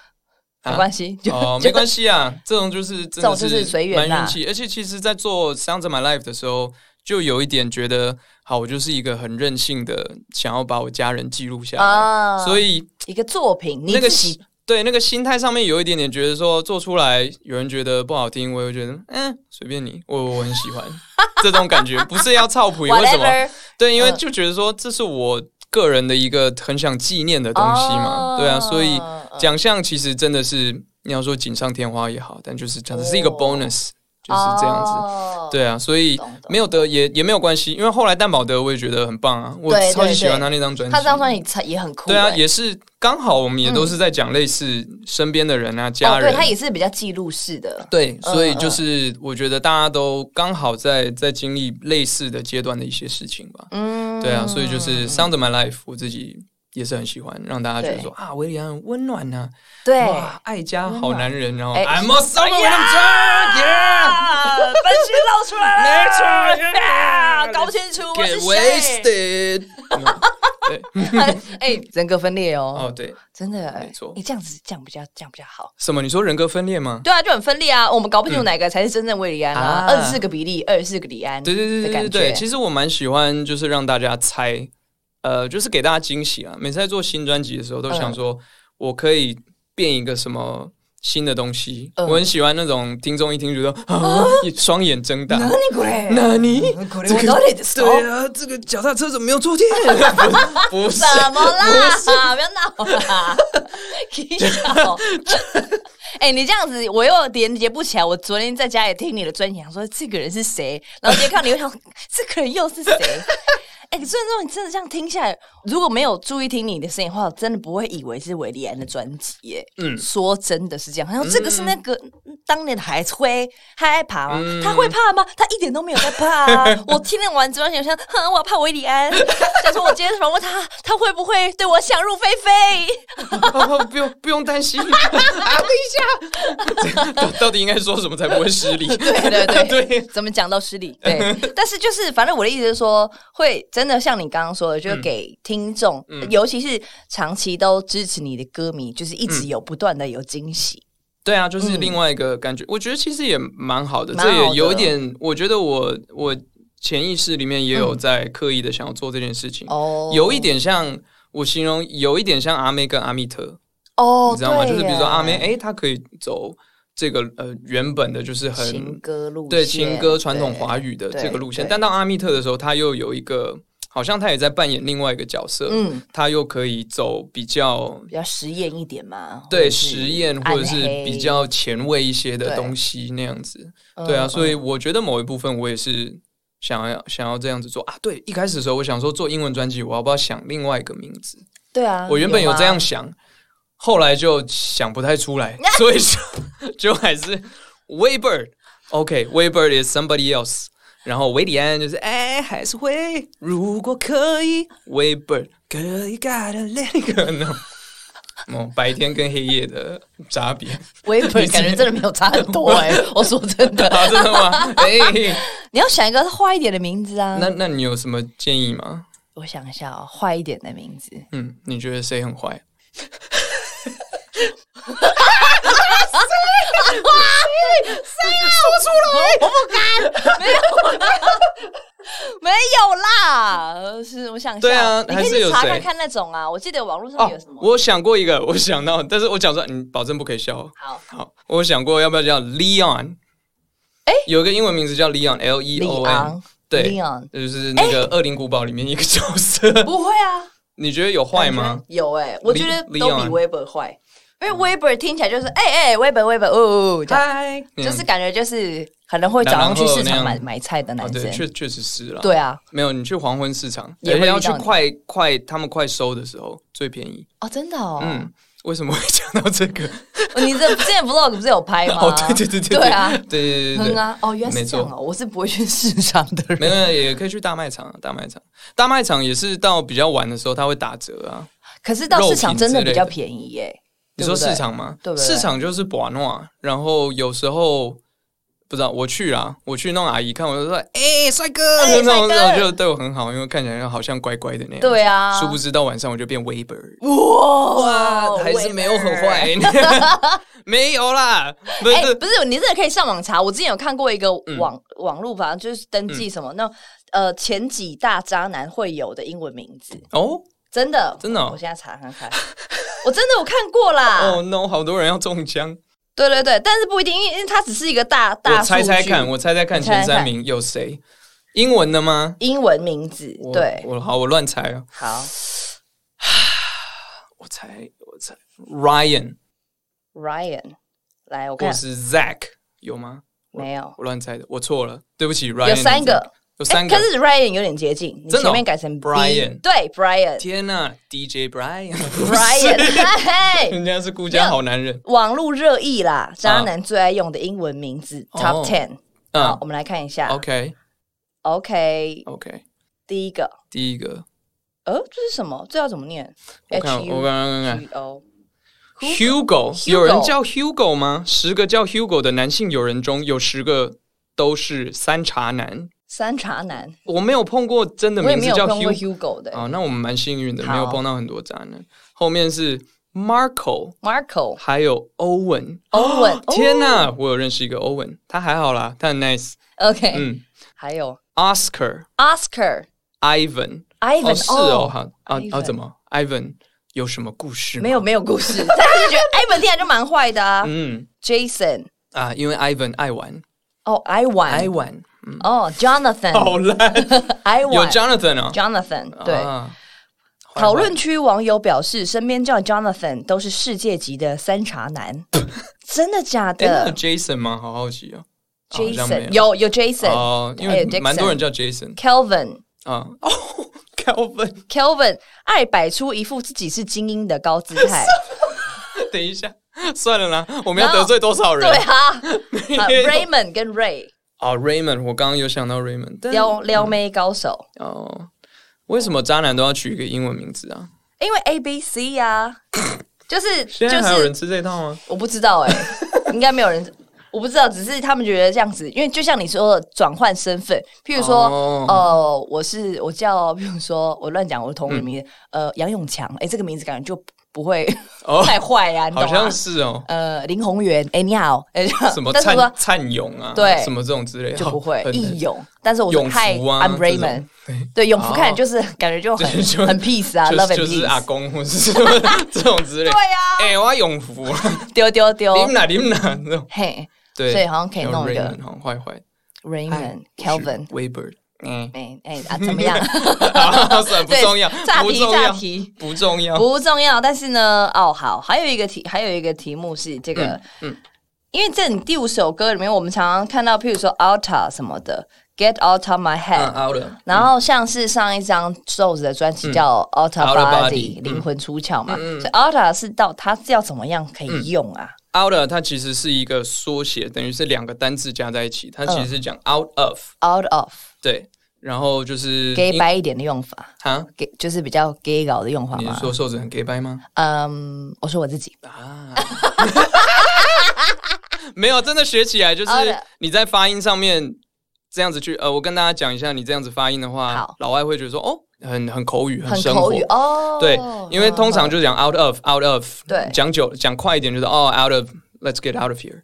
Speaker 2: 啊
Speaker 1: 没关系，就
Speaker 2: 哦，没关系啊，这种就是真
Speaker 1: 这种
Speaker 2: 的
Speaker 1: 就是随缘
Speaker 2: 蛮
Speaker 1: 啦
Speaker 2: 运气，而且其实，在做《Sounds of My Life》的时候，就有一点觉得，好，我就是一个很任性的，想要把我家人记录下来，
Speaker 1: 啊
Speaker 2: 哦所
Speaker 1: 以
Speaker 2: 以
Speaker 1: 一个作品，你
Speaker 2: 那个
Speaker 1: 自己
Speaker 2: 心对那个心态上面有一点点觉得说做出来，有人觉得不好听，我又觉得嗯随便你，我我很喜欢 这种感觉，不是要 操谱，为什么？
Speaker 1: whatever
Speaker 2: 对，因为
Speaker 1: 嗯
Speaker 2: 就觉得说这是我个人的一个很想纪念的东西
Speaker 1: 哦
Speaker 2: 嘛，对啊，所以
Speaker 1: 嗯
Speaker 2: 奖项其实真的是你要说锦上添花也好，但就是它只是一个
Speaker 1: 哦
Speaker 2: bonus，就是这样子。
Speaker 1: 哦
Speaker 2: 对啊，所以
Speaker 1: 懂懂
Speaker 2: 没有得也也没有关系，因为后来蛋宝得我也觉得很棒啊，我
Speaker 1: 对对
Speaker 2: 超级喜欢
Speaker 1: 对
Speaker 2: 他那张专辑。
Speaker 1: 他这张专辑才也很酷欸、
Speaker 2: 对啊，也是刚好我们也都是在讲类似身边的人啊、家
Speaker 1: 哦，对
Speaker 2: 人。
Speaker 1: 他也是比较记录式的，
Speaker 2: 对，
Speaker 1: 嗯
Speaker 2: 所以就是我觉得大家都刚好在在经历类似的阶段的一些事情吧。
Speaker 1: 嗯，
Speaker 2: 对啊，所以就是《Sound of My Life》，我自己也是很喜欢，让大家觉得说啊，维里安很温暖呐、
Speaker 1: 对。
Speaker 2: 哇，爱家好男人，然后
Speaker 1: 哎
Speaker 2: I'm a someone I'm
Speaker 1: 啊，本性露出来了，
Speaker 2: 没错
Speaker 1: 啊搞不清楚我
Speaker 2: trying，get
Speaker 1: 是谁。
Speaker 2: wasted。对，嗯
Speaker 1: 哎，人格分裂
Speaker 2: 哦
Speaker 1: 哦，
Speaker 2: 对，
Speaker 1: 真的哎
Speaker 2: 没错
Speaker 1: 你这样子这样比较这样比较好。
Speaker 2: 什么？你说人格分裂吗？
Speaker 1: 对啊，就很分裂啊，我们搞不清楚哪个才是真正维里安啊，
Speaker 2: 啊
Speaker 1: 二十四个比利，二十四个李安，
Speaker 2: 对对对
Speaker 1: 嗯的
Speaker 2: 对
Speaker 1: 感
Speaker 2: 对
Speaker 1: 觉
Speaker 2: 对，其实我蛮喜欢，就是让大家猜，呃，就是给大家惊喜啊。每次在做新专辑的时候，都想
Speaker 1: 嗯
Speaker 2: 说我可以变一个什么新的东西。
Speaker 1: 嗯
Speaker 2: 我很喜欢那种听众一听觉得啊，一双眼睁大。
Speaker 1: 何これ
Speaker 2: 那你
Speaker 1: これ嗯
Speaker 2: 这
Speaker 1: 我
Speaker 2: 个
Speaker 1: 哪里知道
Speaker 2: 对啊，这个脚踏车怎么没 有坐垫？不不是，
Speaker 1: 怎么 啦？不要闹啊 啦！踢脚。哎、你这样子我又连接不起来。我昨天在家也听你的专辑，想说这个人是谁，然后今天看到你，又想这个人又是谁？哎、所以说你真的这样听下来，如果没有注意听你的声音的话，我真的不会以为是维利安的专辑耶。嗯，
Speaker 2: 嗯
Speaker 1: 说真的是这样，然后这个是那个、当年的海吹，他害怕吗？他会怕吗？他一点都没有在怕、啊。我听了完之后，想想，哼，我要怕维里安，想说我今天访问他，他会不会对我想入非非？
Speaker 2: 哦不用不用 担心啊！等 一下，到到底应该说什么才不会失礼？
Speaker 1: 对对
Speaker 2: 对
Speaker 1: 怎么讲都失礼。对， 但是就是反正我的意思是说，会真的像你刚刚说的，
Speaker 2: 嗯
Speaker 1: 就是给听众，尤其是长期都支持你的歌迷，就是一
Speaker 2: 嗯
Speaker 1: 直有不断的有惊喜。
Speaker 2: 对啊，就是另外一个感觉。我觉得其实也蛮好的，
Speaker 1: 嗯蛮好的
Speaker 2: 这也有一点，我觉得我我潜意识里面也有在刻意的想要做这件事情，
Speaker 1: 嗯哦
Speaker 2: 嗯有一点像我形容，有一点像阿妹跟阿密特，
Speaker 1: 哦，
Speaker 2: 你知道吗？
Speaker 1: 对
Speaker 2: 就是比如说
Speaker 1: 耶
Speaker 2: 阿妹，哎，她可以走这个呃原本的，就是
Speaker 1: 情
Speaker 2: 很
Speaker 1: 歌路线，
Speaker 2: 对情歌传统华
Speaker 1: 语，
Speaker 2: 语的
Speaker 1: 对
Speaker 2: 这个路线
Speaker 1: 对，
Speaker 2: 但到阿密特的时候，她又有一个。好像她也在扮演另外一个角色，
Speaker 1: 嗯，
Speaker 2: 她又可以走比较
Speaker 1: 比较实验一点嘛，或
Speaker 2: 对
Speaker 1: 者是
Speaker 2: 实验
Speaker 1: 暗
Speaker 2: 或者是
Speaker 1: 黑
Speaker 2: 比较前卫一些
Speaker 1: 对
Speaker 2: 的东西那样子，
Speaker 1: 嗯
Speaker 2: 对啊，所以
Speaker 1: 嗯
Speaker 2: 我觉得某一部分我也是想要想要这样子做啊。对，一开始的时候我想说做英文专辑，我要不要想另外一个名字？
Speaker 1: 对啊，
Speaker 2: 我原本有
Speaker 1: 吗
Speaker 2: 这样想，后来就想不太出 来，所以就就还是 Waybird。OK，Waybird、is somebody else。然后维里安就是哎，还是会，如果可以，Waybird 可以 gotta let it go no。哦，白天跟黑夜的差别，
Speaker 1: 我原本感觉真的没有差很 多哎、我说真的，
Speaker 2: 啊，真的吗？哎、
Speaker 1: 你要想一个坏一点的名字啊。
Speaker 2: 那那你有什么建议吗？
Speaker 1: 我想一下、哦，坏一点的名字，
Speaker 2: 嗯，你觉得谁很坏？
Speaker 1: 没有啦，是我想一下
Speaker 2: 对啊
Speaker 1: 你可
Speaker 2: 还
Speaker 1: 以
Speaker 2: 是
Speaker 1: 去
Speaker 2: 有
Speaker 1: 查
Speaker 2: 谁
Speaker 1: 看看那种啊。我记得网络上
Speaker 2: 哦
Speaker 1: 有什，么、
Speaker 2: 我想过一个，我想到，但是我讲出来，你保证不可以笑哦。
Speaker 1: 好
Speaker 2: 好，我想过要不要叫 Leon。
Speaker 1: 哎
Speaker 2: 有一个英文名字叫 Leon，L E O N，
Speaker 1: 昂，
Speaker 2: 对
Speaker 1: Leon
Speaker 2: 就是那个《恶灵古堡》里面一个角色。
Speaker 1: 不会啊，
Speaker 2: 你觉得有坏吗？？
Speaker 1: 有哎、我觉得都比
Speaker 2: Leon
Speaker 1: Weber 坏，因为 Weber 听起来就是哎哎、Weber Weber 哦，这样
Speaker 2: 嗯嗨，嗯
Speaker 1: 就是感觉就是可能会早上去市场
Speaker 2: 然后那
Speaker 1: 买
Speaker 2: 样
Speaker 1: 买菜的
Speaker 2: 哦，
Speaker 1: 男
Speaker 2: 对，
Speaker 1: 生，
Speaker 2: 确确实是啦。，
Speaker 1: 对啊，
Speaker 2: 没有你去黄昏市场，
Speaker 1: 也
Speaker 2: 而
Speaker 1: 会
Speaker 2: 且
Speaker 1: 遇
Speaker 2: 要去
Speaker 1: 到你
Speaker 2: 快快他们快收的时候最便宜。
Speaker 1: 哦，真的哦，
Speaker 2: 嗯，为什么会讲到这个？
Speaker 1: 你这之前 Vlog 不是有拍吗？
Speaker 2: 哦，对对对
Speaker 1: 对，
Speaker 2: 对
Speaker 1: 啊，
Speaker 2: 对对对对
Speaker 1: 哼
Speaker 2: 对。
Speaker 1: 啊，哦，原来是这样
Speaker 2: 没
Speaker 1: 哦，我是不会去市场的
Speaker 2: 没
Speaker 1: 人。
Speaker 2: 有，没有也可以去大卖场、啊。大卖场，大卖场也是到比较晚的时候，它会打折啊。
Speaker 1: 可是到市场真的比较
Speaker 2: 肉品之类的
Speaker 1: 便宜耶。
Speaker 2: 你说
Speaker 1: 对不对
Speaker 2: 市场吗？
Speaker 1: 对不对
Speaker 2: 市场就是博诺，然后有时候不知道我去啊，我去那种阿姨看，我就说：“哎、帅哥！”
Speaker 1: 哎
Speaker 2: 那
Speaker 1: 帅
Speaker 2: 种
Speaker 1: 哥
Speaker 2: 那种就对我很好，因为看起来好像乖乖的那样。
Speaker 1: 对啊，
Speaker 2: 殊不知到晚上我就变 Weber，
Speaker 1: 哇
Speaker 2: 哇，还是没有很。
Speaker 1: 喂
Speaker 2: 坏， 没有啦，不
Speaker 1: 哎、
Speaker 2: 是，
Speaker 1: 不是，你这个可以上网查。我之前有看过一个
Speaker 2: 嗯
Speaker 1: 网、网络，反正就是登记什么、那呃前几大渣男会有的英文名字，
Speaker 2: 哦
Speaker 1: 真的
Speaker 2: 真的哦
Speaker 1: 我现在查看 看，我真的我看过啦。
Speaker 2: 哦 no，好多人要中枪，
Speaker 1: 对对对，但是不一定，因为因为它只是一个大大
Speaker 2: 我猜
Speaker 1: 数
Speaker 2: 猜
Speaker 1: 据
Speaker 2: 看，我猜猜看前
Speaker 1: 你猜猜看
Speaker 2: 三名有谁？英文的吗？
Speaker 1: 英文名字
Speaker 2: 我
Speaker 1: 对，
Speaker 2: 我好，我乱猜啊，
Speaker 1: 好
Speaker 2: 我猜我猜 Ryan
Speaker 1: Ryan，来我看
Speaker 2: 或是 Zach 有吗？
Speaker 1: 没有，
Speaker 2: 我乱猜的，我错了，对不起，Ryan
Speaker 1: 有三个，
Speaker 2: 有三个
Speaker 1: 哎可，是 Ryan 有点接近，你
Speaker 2: 真的
Speaker 1: 前
Speaker 2: 哦
Speaker 1: 面改成 B
Speaker 2: Brian
Speaker 1: 对 Brian，Brian，
Speaker 2: 天呐 d j Brian，
Speaker 1: 哎
Speaker 2: 人家是顾家好男人，
Speaker 1: 网络热议啦，渣男最爱用的英文名字
Speaker 2: 啊哦
Speaker 1: Top Ten。好
Speaker 2: 嗯，
Speaker 1: 我们来看一下。
Speaker 2: ，OK
Speaker 1: OK，
Speaker 2: OK，
Speaker 1: 第一个，
Speaker 2: 第一个，
Speaker 1: 呃，这是什么？这要怎么念
Speaker 2: 我看
Speaker 1: ？H
Speaker 2: 我
Speaker 1: U
Speaker 2: 刚刚看
Speaker 1: G O。
Speaker 2: Hugo，
Speaker 1: Hugo
Speaker 2: 有人叫 Hugo 吗？十个叫 Hugo 的男性友人中，有十个都是三茶男。
Speaker 1: 三茶男，
Speaker 2: 我没有碰过真的
Speaker 1: 我也
Speaker 2: 名
Speaker 1: 没
Speaker 2: 字
Speaker 1: 有
Speaker 2: 叫
Speaker 1: 碰过
Speaker 2: Hugo
Speaker 1: Hugo 的、
Speaker 2: 哦，那我们蛮幸运的，
Speaker 1: 好
Speaker 2: 没有碰到很多渣男。后面是 Marco，
Speaker 1: Marco
Speaker 2: 还有 Owen。
Speaker 1: 欧文。
Speaker 2: 哦天哪，我有认识一个 Owen，他还好啦，他很 nice。
Speaker 1: 哦 OK，、
Speaker 2: 嗯
Speaker 1: 还有
Speaker 2: ，Oscar、
Speaker 1: Oscar
Speaker 2: Ivan，
Speaker 1: Ivan
Speaker 2: 哦是哦，好啊
Speaker 1: Ivan
Speaker 2: 啊，怎么 Ivan 有什么故事？
Speaker 1: 没有，没有故事，但是 就觉得 Ivan 听起来就蛮坏的啊。
Speaker 2: 嗯
Speaker 1: Jason
Speaker 2: 啊，因为 Ivan 爱玩，
Speaker 1: 哦
Speaker 2: 爱
Speaker 1: ，Ivan
Speaker 2: 玩，
Speaker 1: 哦，Jonathan
Speaker 2: 好烂。有
Speaker 1: Ivan
Speaker 2: Jonathan 哦，
Speaker 1: Jonathan 对。
Speaker 2: 啊坏
Speaker 1: 讨论区网友表示，身边叫 Jonathan 都是世界级的三茶男， 真的假
Speaker 2: 哎，那有
Speaker 1: 的
Speaker 2: Jason 吗？好好奇哦。好像没
Speaker 1: ？Jason 有有 Jason，、哎
Speaker 2: 哦，因
Speaker 1: 还有
Speaker 2: 为
Speaker 1: Dixon
Speaker 2: 蛮多人叫 Jason
Speaker 1: Kelvin
Speaker 2: 啊。哦，Calvin，
Speaker 1: Kelvin 爱摆出一副自己是精英的高姿
Speaker 2: 啊
Speaker 1: 态，
Speaker 2: 等一下，算了啦，我们要
Speaker 1: 然后
Speaker 2: 得罪多少人
Speaker 1: 对？啊 啊，Raymond 跟 Ray
Speaker 2: 哦，Raymond，我刚刚有想到 Raymond，但
Speaker 1: 撩撩妹高手，
Speaker 2: 哦，为什么渣男都要取一个英文名字啊？
Speaker 1: 因为 A B C 呀， 就是
Speaker 2: 现
Speaker 1: 就
Speaker 2: 在还有
Speaker 1: 是
Speaker 2: 人吃这套吗？
Speaker 1: 我不知道哎、 应该没有人，我不知道，只是他们觉得这样子，因为就像你说的转换身份，譬如说，
Speaker 2: 哦
Speaker 1: 呃，我是我叫， 譬如说我乱讲我的同人名字，呃，杨永强，哎、这个名字感觉就不会
Speaker 2: 嗯哦
Speaker 1: 太坏呀、啊，你
Speaker 2: 好
Speaker 1: 懂吗
Speaker 2: 像？是哦，
Speaker 1: 呃，林宏源，哎、你好，哎、
Speaker 2: 什么
Speaker 1: 但是
Speaker 2: 灿
Speaker 1: 说
Speaker 2: 灿勇啊，
Speaker 1: 对
Speaker 2: 什么这种之类的，
Speaker 1: 就不会
Speaker 2: 很
Speaker 1: 义勇，但是我说
Speaker 2: 永
Speaker 1: 嗨
Speaker 2: 福啊
Speaker 1: ，I'm Raymond
Speaker 2: 这种。
Speaker 1: 对，永福
Speaker 2: 哦
Speaker 1: 看着就是感觉就很
Speaker 2: 对 就
Speaker 1: 很 peace 啊
Speaker 2: 就
Speaker 1: ，love
Speaker 2: 是
Speaker 1: and
Speaker 2: 就是
Speaker 1: peace，
Speaker 2: 阿
Speaker 1: 啊
Speaker 2: 公或是什么这种之类。对
Speaker 1: 呀
Speaker 2: 哎，我要永福啊，
Speaker 1: 丢丢丢
Speaker 2: 你，们哪你们哪那种。
Speaker 1: 嘿
Speaker 2: 对，
Speaker 1: 哦所以好像可以弄一个
Speaker 2: 叫 Raymond，好像哎坏坏。
Speaker 1: ，Raymond Kelvin，，
Speaker 2: Weber，嗯
Speaker 1: 哎哎啊，怎么 样？
Speaker 2: 好算了不
Speaker 1: 对
Speaker 2: 重要，
Speaker 1: 岔
Speaker 2: 不
Speaker 1: 题
Speaker 2: 重
Speaker 1: 岔
Speaker 2: 要，
Speaker 1: 题
Speaker 2: 不重要。
Speaker 1: 不重要。但是呢，哦，好，还有一个题，还有一个题目是这个，嗯，因为这你第五首歌里面，我们常常看到，譬如说 Alta 什么的，Get Out of My
Speaker 2: 嗯
Speaker 1: Head，、
Speaker 2: ，out 了。
Speaker 1: 然后像是上一张 Souls 的专辑叫 Out of
Speaker 2: Outer
Speaker 1: Body，
Speaker 2: 嗯 Body，嗯
Speaker 1: 灵魂出窍嘛，所以 Alta 是到它是要怎么样可以用啊？
Speaker 2: out 了它其实是一个缩写，等于是两个单字加在一起，它
Speaker 1: 嗯
Speaker 2: 其实是讲 out of，
Speaker 1: out of
Speaker 2: 对，然后就是
Speaker 1: 给
Speaker 2: 英
Speaker 1: 白一点的用法，
Speaker 2: 啊，
Speaker 1: 给就是比较 gay 搞的用法
Speaker 2: 你是
Speaker 1: 嘛。
Speaker 2: 说瘦子很 gay 掰吗？
Speaker 1: 嗯，我说我自己
Speaker 2: 啊。没有，真的学起来就是
Speaker 1: 好的
Speaker 2: 你在发音上面这样子去呃，我跟大家讲一下，你这样子发音的话
Speaker 1: 好，
Speaker 2: 老外会觉得说哦，很很口语，
Speaker 1: 很
Speaker 2: 生活
Speaker 1: 口语哦，
Speaker 2: 对，因为通常就讲 out of out of，
Speaker 1: 对
Speaker 2: 讲久讲快一点就是哦 out of，let's get out of here，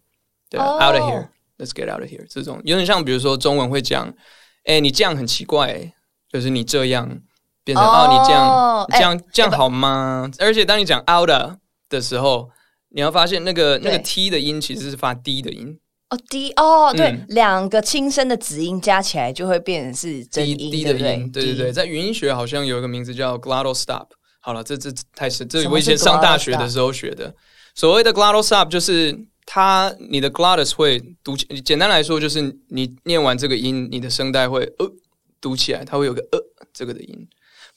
Speaker 2: 对、
Speaker 1: 哦
Speaker 2: o u t of here，let's get out of here，这种有点像比如说中文会讲，哎、你这样很奇怪、就是你这样变成
Speaker 1: 哦
Speaker 2: 哦你这样你
Speaker 1: 哎
Speaker 2: 这样、这样好吗？而且当你讲 out of 的时候，你要发现那个那个
Speaker 1: 对
Speaker 2: t 的音其实是发 d 的音
Speaker 1: 哦，d 哦，对
Speaker 2: 嗯，
Speaker 1: 两个轻声的子音加起来就会变成是真
Speaker 2: ，d
Speaker 1: 音，
Speaker 2: d
Speaker 1: 对
Speaker 2: 的
Speaker 1: 不
Speaker 2: 音，对对对，
Speaker 1: D
Speaker 2: 在语音学好像有一个名字叫 glottal stop。好了，这这这太深，这
Speaker 1: 什么
Speaker 2: 我以前
Speaker 1: 是
Speaker 2: 上大
Speaker 1: glottal
Speaker 2: 学的
Speaker 1: stop？
Speaker 2: 时候学的。所谓的 glottal stop 就是它你的 glottis 会读起，简单来说就是你念完这个音，你的声带会呃读起来，它会有个呃这个的音。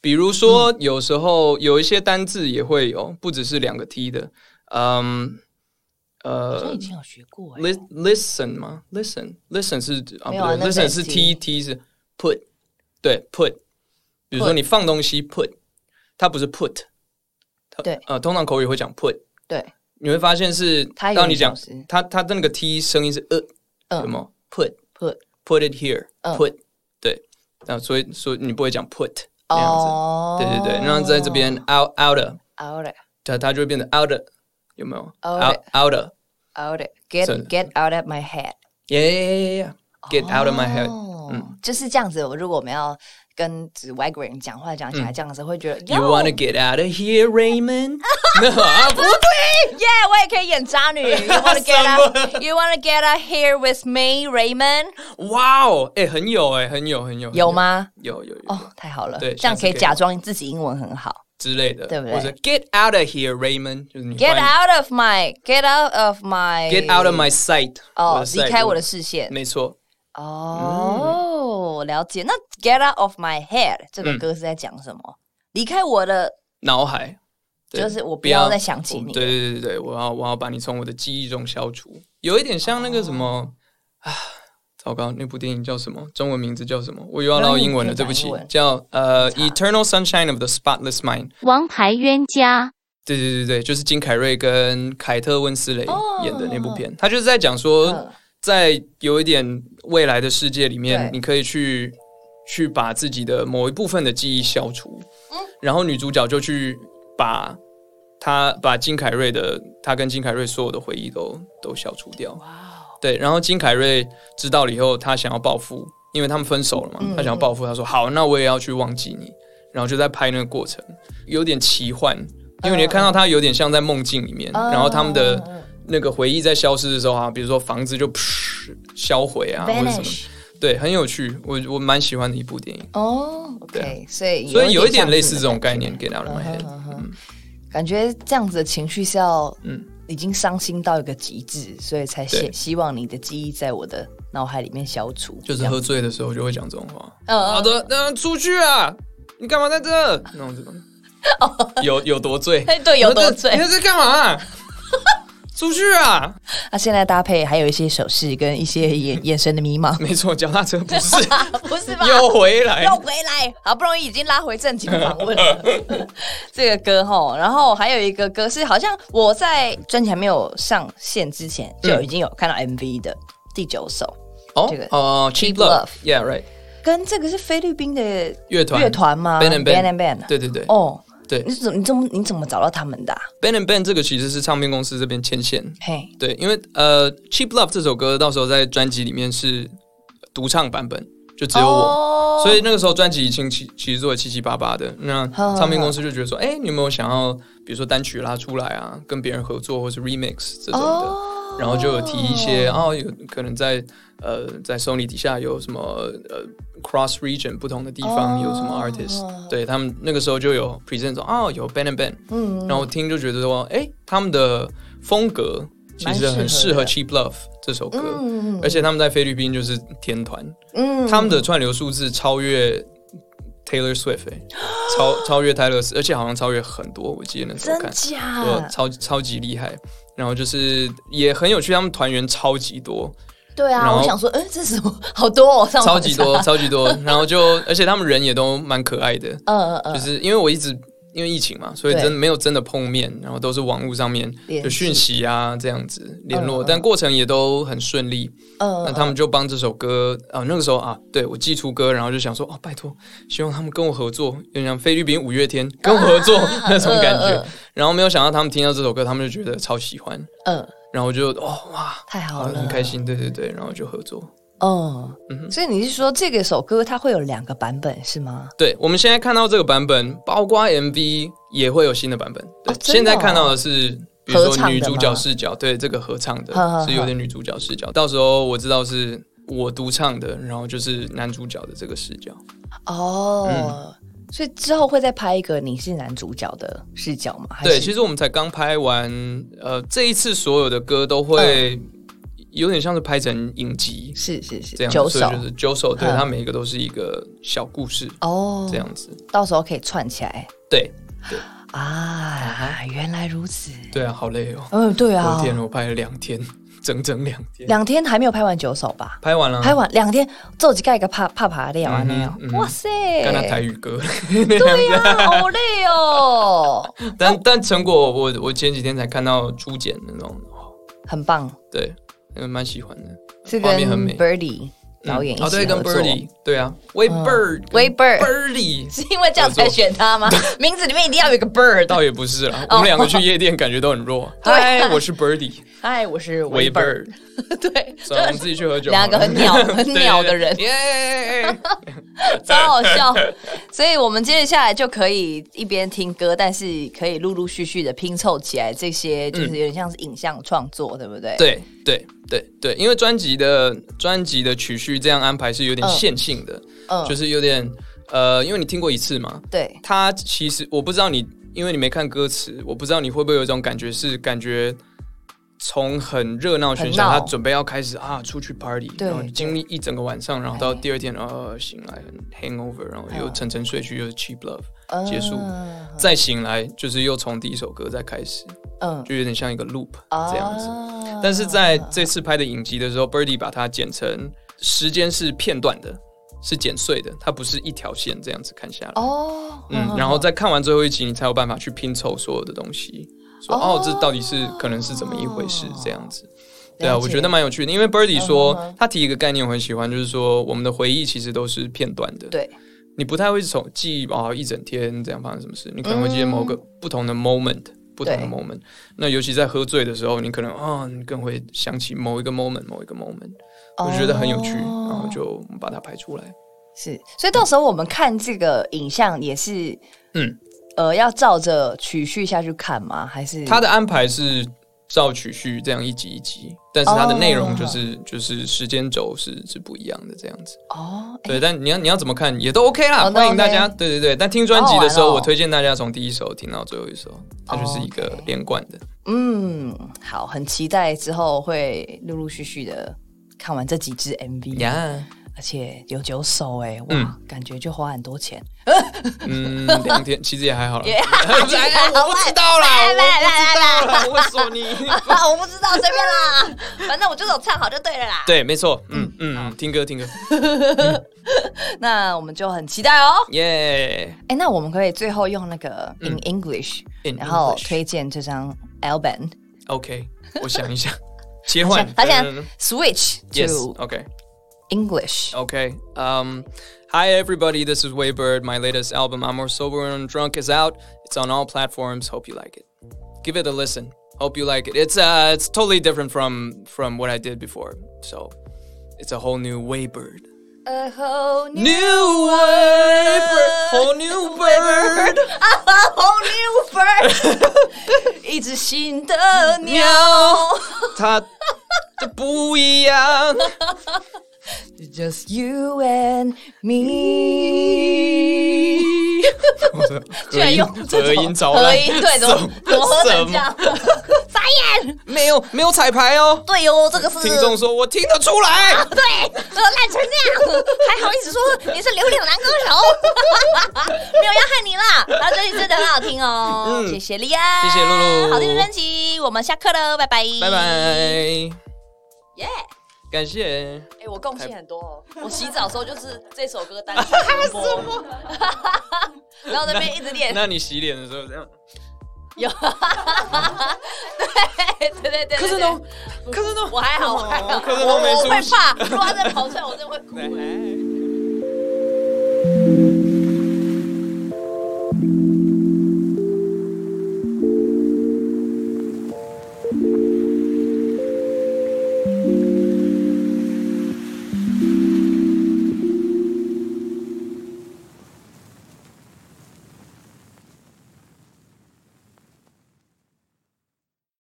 Speaker 2: 比如说，有时候有一些单字也会有，不只是两个 t 的，嗯，
Speaker 1: 好像
Speaker 2: 呃
Speaker 1: 已经有学过哎，
Speaker 2: ，lis listen 吗？listen listen 是啊，
Speaker 1: 没
Speaker 2: 不
Speaker 1: 有啊
Speaker 2: 对
Speaker 1: 那
Speaker 2: ，listen
Speaker 1: 是
Speaker 2: 是
Speaker 1: t
Speaker 2: t t 是 put，对 put，比如说
Speaker 1: Put
Speaker 2: 你放东西 put，它不是 put，它
Speaker 1: 对
Speaker 2: 呃，通常口语会讲 put，
Speaker 1: 对，
Speaker 2: 你会发现是
Speaker 1: 它有
Speaker 2: 当你
Speaker 1: 点
Speaker 2: 讲
Speaker 1: 消失
Speaker 2: 它它的那个 t 声音是呃，
Speaker 1: 嗯
Speaker 2: 什么 put
Speaker 1: put
Speaker 2: put it here
Speaker 1: 嗯
Speaker 2: put，对，啊，所以所以你不会讲 put 那样子，
Speaker 1: 哦，
Speaker 2: 对对对，然后在这边 out outer，
Speaker 1: out it
Speaker 2: 它它就会变成 outer，有没有
Speaker 1: Outer
Speaker 2: out outer？
Speaker 1: out it get
Speaker 2: 真的
Speaker 1: get out of my head，
Speaker 2: Yeah, yeah, yeah, yeah. Get out of my head. Mm.
Speaker 1: 嗯，就是这样子。我如果我们要跟指外国人讲话讲起来这样子，会觉得
Speaker 2: 嗯 You wanna get out of here, Raymond? 没有啊，不
Speaker 1: 耶，我也可以演 渣女。You wanna get out? You wanna get out here with me, Raymond？
Speaker 2: 哇哦，哎，Eh, 很有哎，很有很有，很
Speaker 1: 有吗？
Speaker 2: 有？有有有。
Speaker 1: 哦，太好了，
Speaker 2: 对
Speaker 1: 这样可以
Speaker 2: 下次可以
Speaker 1: 假装自己英文很好。
Speaker 2: 之类的，
Speaker 1: 对不对
Speaker 2: 或者 Get out of here, Raymond，就是你
Speaker 1: Get
Speaker 2: 换
Speaker 1: out of my, get out of my,
Speaker 2: Get out of my sight，
Speaker 1: 哦，
Speaker 2: sight，
Speaker 1: 离开我的视线。
Speaker 2: 没错，
Speaker 1: 哦，
Speaker 2: 嗯
Speaker 1: 了解。那 Get out of my head 这个歌是在讲什么？离开我的，
Speaker 2: 脑海。对
Speaker 1: 就是我不
Speaker 2: 不
Speaker 1: 要再想起
Speaker 2: 我
Speaker 1: 你。
Speaker 2: 对对对对，我要我要把你从我的记忆中消除，有一点像那个什么，
Speaker 1: 哦
Speaker 2: 啊，糟糕，那部电影叫什么？中文名字叫什么？我又要
Speaker 1: 没有
Speaker 2: 唠
Speaker 1: 你
Speaker 2: 英文
Speaker 1: 可以
Speaker 2: 了，对
Speaker 1: 讲
Speaker 2: 不起
Speaker 1: 英文，
Speaker 2: 叫呃《
Speaker 1: 没差
Speaker 2: Eternal Sunshine of the Spotless Mind》。
Speaker 4: 王牌冤家。
Speaker 2: 对对对对，就是金凯瑞跟凯特温斯雷
Speaker 1: 哦
Speaker 2: 演的那部片，他就是在讲说
Speaker 1: 嗯，
Speaker 2: 在有一点未来的世界里面
Speaker 1: 对，
Speaker 2: 你可以去去把自己的某一部分的记忆消除，
Speaker 1: 嗯
Speaker 2: 然后女主角就去把她把金凯瑞的她跟金凯瑞所有的回忆都都消除掉。对，然后金凯瑞知道了以后，他想要报复，因为他们分手了嘛，
Speaker 1: 嗯
Speaker 2: 他想要报复，他说好，那我也要去忘记你，然后就在拍那个过程，有点奇幻，因
Speaker 1: 嗯
Speaker 2: 为你会看到他有点像在梦境里面，然后他们的那个回忆在消失的时候啊，比如说房子就噗销毁啊，或者什么，
Speaker 1: Vanish。
Speaker 2: 对，很有趣，我我蛮喜欢的一部电影，
Speaker 1: 哦，OK，所以
Speaker 2: 啊所以有一
Speaker 1: 点
Speaker 2: 点
Speaker 1: 像
Speaker 2: 类似这种
Speaker 1: 感
Speaker 2: 概念，Get out
Speaker 1: 嗯
Speaker 2: of my head，
Speaker 1: 觉感觉，这样子的情绪是要
Speaker 2: 嗯
Speaker 1: 已经伤心到一个极致，所以才希
Speaker 2: 对
Speaker 1: 希望你的记忆在我的脑海里面消除。
Speaker 2: 就是喝醉的时候就会讲这种话。
Speaker 1: 嗯嗯？
Speaker 2: 好的，那出去啊！你干嘛在这？那种怎么？有有多醉
Speaker 1: 对有多醉
Speaker 2: 你在这干嘛？出去啊！
Speaker 1: 那现在搭配还有一些手势跟一些眼 眼神的迷茫，
Speaker 2: 没错，脚踏车不是
Speaker 1: 不是吧？
Speaker 2: 又回来
Speaker 1: 又。回来，好不容易已经拉回正经的访问 了。这个歌吼，然后还有一个歌是好像我在专辑还没有上线之前
Speaker 2: 嗯
Speaker 1: 就已经有看到 MV 的第九首，
Speaker 2: 哦
Speaker 1: 这个
Speaker 2: 哦，Cheap
Speaker 1: Cheap Love
Speaker 2: Love，Yeah right，
Speaker 1: 跟这个是菲律宾的
Speaker 2: 乐团
Speaker 1: 乐团吗
Speaker 2: Band and
Speaker 1: Band
Speaker 2: Band
Speaker 1: and Band
Speaker 2: 对对对
Speaker 1: 哦，
Speaker 2: 对
Speaker 1: 你怎么你怎么你怎么找到他们的啊？
Speaker 2: ，Ben and Ben 这个其实是唱片公司这边牵线，
Speaker 1: 嘿，
Speaker 2: 对，因为呃，Cheap Love 这首歌到时候在专辑里面是独唱版本，就只有我。
Speaker 1: 哦
Speaker 2: 所以那个时候专辑已经其其实做的七七八八的，那
Speaker 1: 呵呵
Speaker 2: 唱片公司就觉得说，哎、你有没有想要，比如说单曲拉出来啊，跟别人合作或是 remix 这种的，
Speaker 1: 哦
Speaker 2: 然后就有提一些，哦，有可能在呃在 Sony 底下有什么呃 cross region 不同的地方、
Speaker 1: 哦
Speaker 2: 有什么 artist，、对他们那个时候就有 present 说，哦，有 Ben and Ben，嗯，然后我听就觉得说，哎、他们的风格其实很
Speaker 1: 蛮适
Speaker 2: 适
Speaker 1: 合
Speaker 2: 合
Speaker 1: 的
Speaker 2: Cheap Love 这首歌，而且他们在菲律宾就是天团，
Speaker 1: 嗯
Speaker 2: 他们的串流数字超越 Taylor Swift，、欸、 超超越泰勒斯，而且好像超越很多。我记得那时候
Speaker 1: 真
Speaker 2: 看，
Speaker 1: 假
Speaker 2: 对，超超级厉害。然后就是也很有趣，他们团员超级多，
Speaker 1: 对
Speaker 2: 然
Speaker 1: 啊，
Speaker 2: 后
Speaker 1: 我想说，嗯，这是什么？好多哦，上网
Speaker 2: 超级多，
Speaker 1: 查
Speaker 2: 超 级多。然后就而且他们人也都蛮可爱的，
Speaker 1: 嗯嗯嗯，
Speaker 2: 就是因为我一直因为疫情嘛，所以
Speaker 1: 对
Speaker 2: 真的没有真的碰面，然后都是网络上面
Speaker 1: 联系
Speaker 2: 有讯息啊这样子联络，
Speaker 1: 嗯嗯
Speaker 2: 但过程也都很顺利。
Speaker 1: 嗯
Speaker 2: 那他们就帮这首歌啊，那个时候啊，对我寄出歌，然后就想说哦，拜托，希望他们跟我合作，有点像菲律宾五月
Speaker 1: 啊
Speaker 2: 天跟我合作那种感
Speaker 1: 嗯
Speaker 2: 觉
Speaker 1: 嗯。
Speaker 2: 然后没有想到他们听到这首歌，他们就觉得超喜欢，
Speaker 1: 嗯，
Speaker 2: 然后就哦哇，
Speaker 1: 太好
Speaker 2: 啊
Speaker 1: 了，
Speaker 2: 很开心，对对对，然后就合作。
Speaker 1: 哦，
Speaker 2: 嗯
Speaker 1: 所以你是说这个首歌它会有两个版本是吗？
Speaker 2: 对，我们现在看到这个版本，包括 MV 也会有新的版本。对，
Speaker 1: 哦真的哦
Speaker 2: 现在看到的是。比如
Speaker 1: 合
Speaker 2: 说
Speaker 1: 唱的
Speaker 2: 女主角
Speaker 1: 吗
Speaker 2: 视角，对这个合唱的
Speaker 1: 呵呵呵
Speaker 2: 是有点女主角视角。到时候我知道是我独唱的，然后就是男主角的这个视角。
Speaker 1: 哦，所以之后会再拍一个你是男主角的视角吗？还
Speaker 2: 对，
Speaker 1: 是
Speaker 2: 其实我们才刚拍完，呃，这一次所有的歌都会
Speaker 1: 嗯
Speaker 2: 有点像是拍成影集
Speaker 1: 是是是
Speaker 2: 这样子，
Speaker 1: 九
Speaker 2: 所
Speaker 1: 首
Speaker 2: 以就是九首，对，
Speaker 1: 嗯
Speaker 2: 它每一个都是一个小故事，
Speaker 1: 哦
Speaker 2: 这，样子，
Speaker 1: 到时候可以串起来
Speaker 2: 对，
Speaker 1: 啊，原来如此，
Speaker 2: 对啊，好累哦，
Speaker 1: 嗯，对
Speaker 2: 我
Speaker 1: 啊
Speaker 2: 的，天，我拍了两天，整整两天，
Speaker 1: 两天还没有拍完九首吧？
Speaker 2: 拍完了，
Speaker 1: 拍完两天，这几盖一个怕怕爬掉啊，
Speaker 2: 嗯嗯哼
Speaker 1: 那样
Speaker 2: 嗯，哼
Speaker 1: 哇塞，
Speaker 2: 跟他台语歌，
Speaker 1: 欸对呀，好累哦，
Speaker 2: 但但成果我我前几天才看到初剪那种，
Speaker 1: 很棒，
Speaker 2: 对，嗯，蛮喜欢的，
Speaker 1: 是
Speaker 2: 画
Speaker 1: 跟
Speaker 2: 面很美
Speaker 1: Birdy
Speaker 2: 嗯
Speaker 1: 导演一
Speaker 2: 哦，
Speaker 1: 起
Speaker 2: 对，跟
Speaker 1: 合作。嗯
Speaker 2: Birdy，对啊，Way Bird，
Speaker 1: Way Bird
Speaker 2: Birdy，
Speaker 1: 是因为这样才选他 吗？名字里面一定要有一个 bird。哦
Speaker 2: 倒也不是啦，我们两个去夜店感觉都很 弱。
Speaker 1: 对
Speaker 2: 嗨，我是 Birdy，
Speaker 1: 嗨，我是
Speaker 2: 维
Speaker 1: Wei
Speaker 2: 贝
Speaker 1: bird，
Speaker 2: 尔，
Speaker 1: 对，
Speaker 2: 算了，我们自己去喝酒好
Speaker 1: 两
Speaker 2: 了。
Speaker 1: 个很 鸟很
Speaker 2: 对
Speaker 1: 鸟的人，
Speaker 2: 对对耶！
Speaker 1: 超好 笑。所以我们接下来就可以一边听歌，但是可以陆陆续续的拼凑起来这些，就是有点像是影像创作，对不对？，
Speaker 2: 对对对对，因为专辑的专辑的曲序这样安排是有点线性的，
Speaker 1: 嗯
Speaker 2: 就是有点呃，因为你听过一次嘛，
Speaker 1: 对，
Speaker 2: 它其实我不知道你，因为你没看歌词，我不知道你会不会有一种感觉是感觉。从很热闹喧
Speaker 1: 很
Speaker 2: 嚣，
Speaker 1: 闹
Speaker 2: 他准备要开始啊，出去 party，
Speaker 1: 对
Speaker 2: 然后经历一整个晚上，然后到第二天呃醒来很 hangover，然后又沉沉睡去，又是 cheap love，
Speaker 1: 嗯
Speaker 2: 结束再醒来就是又从第一首歌再开始，
Speaker 1: 嗯，
Speaker 2: 就有点像一个 loop
Speaker 1: 啊
Speaker 2: 这样子。但是在这次拍的影集的时候，Birdy 把它剪成时间是片段的，是剪碎的，它不是一条线这样子看下来。
Speaker 1: 哦，
Speaker 2: 嗯，然后再看完最后一集，你才有办法去拼凑所有的东西，说
Speaker 1: 哦
Speaker 2: 哦，这到底是可能是怎么一回事这样子。对啊，
Speaker 1: 了解
Speaker 2: 我觉得蛮有趣的，因为 Birdy 说、
Speaker 1: 嗯哼
Speaker 2: 他提一个概念我很喜欢，就是说我们的回忆其实都是片段的，
Speaker 1: 对，
Speaker 2: 你不太会从记忆啊、一整天这样发生什么事，你可能会记得某个不同的 moment，、不同的
Speaker 1: 嗯对
Speaker 2: moment。那尤其在喝醉的时候，你可能啊，你更会想起某一个 moment，某一个 moment，、我觉得很有趣，
Speaker 1: 哦
Speaker 2: 然后就把它排出来。
Speaker 1: 是，所以到时候我们看这个影像也是，
Speaker 2: 嗯，
Speaker 1: 呃，要照着曲序下去看吗？还是
Speaker 2: 它的安排是照曲序这样一集一集，但是它的内容就是、就是时间轴是是不一样的这样子。
Speaker 1: 哦，
Speaker 2: 对，但你要你要怎么看也都 OK 啦，
Speaker 1: 哦都
Speaker 2: 欢迎大
Speaker 1: OK
Speaker 2: 家。对对对，但听专辑的时
Speaker 1: 好好
Speaker 2: 候，
Speaker 1: 玩哦
Speaker 2: 我推荐大家从第一首听到最后一首，它就是一
Speaker 1: 哦
Speaker 2: 个
Speaker 1: ，OK
Speaker 2: 连贯的。
Speaker 1: 嗯，好，很期待之后会陆陆续续的看完这几支 MV，、
Speaker 2: 呀、
Speaker 1: 而且有九首哎、哇、
Speaker 2: 嗯
Speaker 1: 感觉就花很多钱。
Speaker 2: 嗯，两天其实也还好了。
Speaker 1: 其实还 好
Speaker 2: 我不知道啦，
Speaker 1: 来来
Speaker 2: 我不知道啦，我会说你。
Speaker 1: 啊，我不知道，随便啦。
Speaker 3: 反正我就是有唱好就对了啦。
Speaker 2: 对，没错，嗯嗯，嗯听歌听歌，
Speaker 1: 那我们就很期待哦。
Speaker 2: 耶！
Speaker 1: 哎、那我们可以最后用那个 In English，、
Speaker 2: 嗯 In
Speaker 1: 然后
Speaker 2: English
Speaker 1: 推荐这张 Alban。
Speaker 2: OK，我想一想， 切换，
Speaker 1: 他现在
Speaker 2: 嗯
Speaker 1: switch to
Speaker 2: ，Yes，OK。
Speaker 1: English。
Speaker 2: Okay. Um, hi, everybody. This is Waybird. My latest album, I'm More Sober and Drunk, is out. It's on all platforms. Hope you like it. Give it a listen. Hope you like it. It's uh, it's totally different from from what I did before. So, it's a whole new Waybird.
Speaker 3: A whole new
Speaker 2: New Waybird. Whole new bird.
Speaker 3: whole new bird，
Speaker 1: 一只新的鸟，
Speaker 2: 它它不一样。
Speaker 1: Just you and me，居然用这种
Speaker 2: 合音招来，
Speaker 1: 合音对，怎么怎么合成这样？傻眼！
Speaker 2: 没有没有彩排哦。
Speaker 1: 对哦，这个是
Speaker 2: 听众说：“我听得出来。
Speaker 3: 对，怎么烂成这样？还好意思说你是流量男歌手， 没有要害你啦。然后这里真的很好听哦，谢谢利
Speaker 2: 嗯
Speaker 3: 安，
Speaker 2: 谢谢露露
Speaker 3: 好听的专辑，我们下课喽，拜拜，”
Speaker 2: 拜，拜，
Speaker 3: 耶！
Speaker 2: 感谢。
Speaker 1: 哎，我贡献很多哦。我洗澡的时候就是这首歌 单曲 播，然后那边一直练，
Speaker 2: 那你洗脸的时候这样？
Speaker 1: 有，对对对对。
Speaker 2: 可是
Speaker 1: 对
Speaker 2: 呢，可是呢，
Speaker 1: 我还好，我还好，
Speaker 2: 可是都没
Speaker 1: 我
Speaker 2: 出
Speaker 1: 会
Speaker 2: 息
Speaker 1: 怕，如果他在跑出来，我真的会哭。
Speaker 2: 对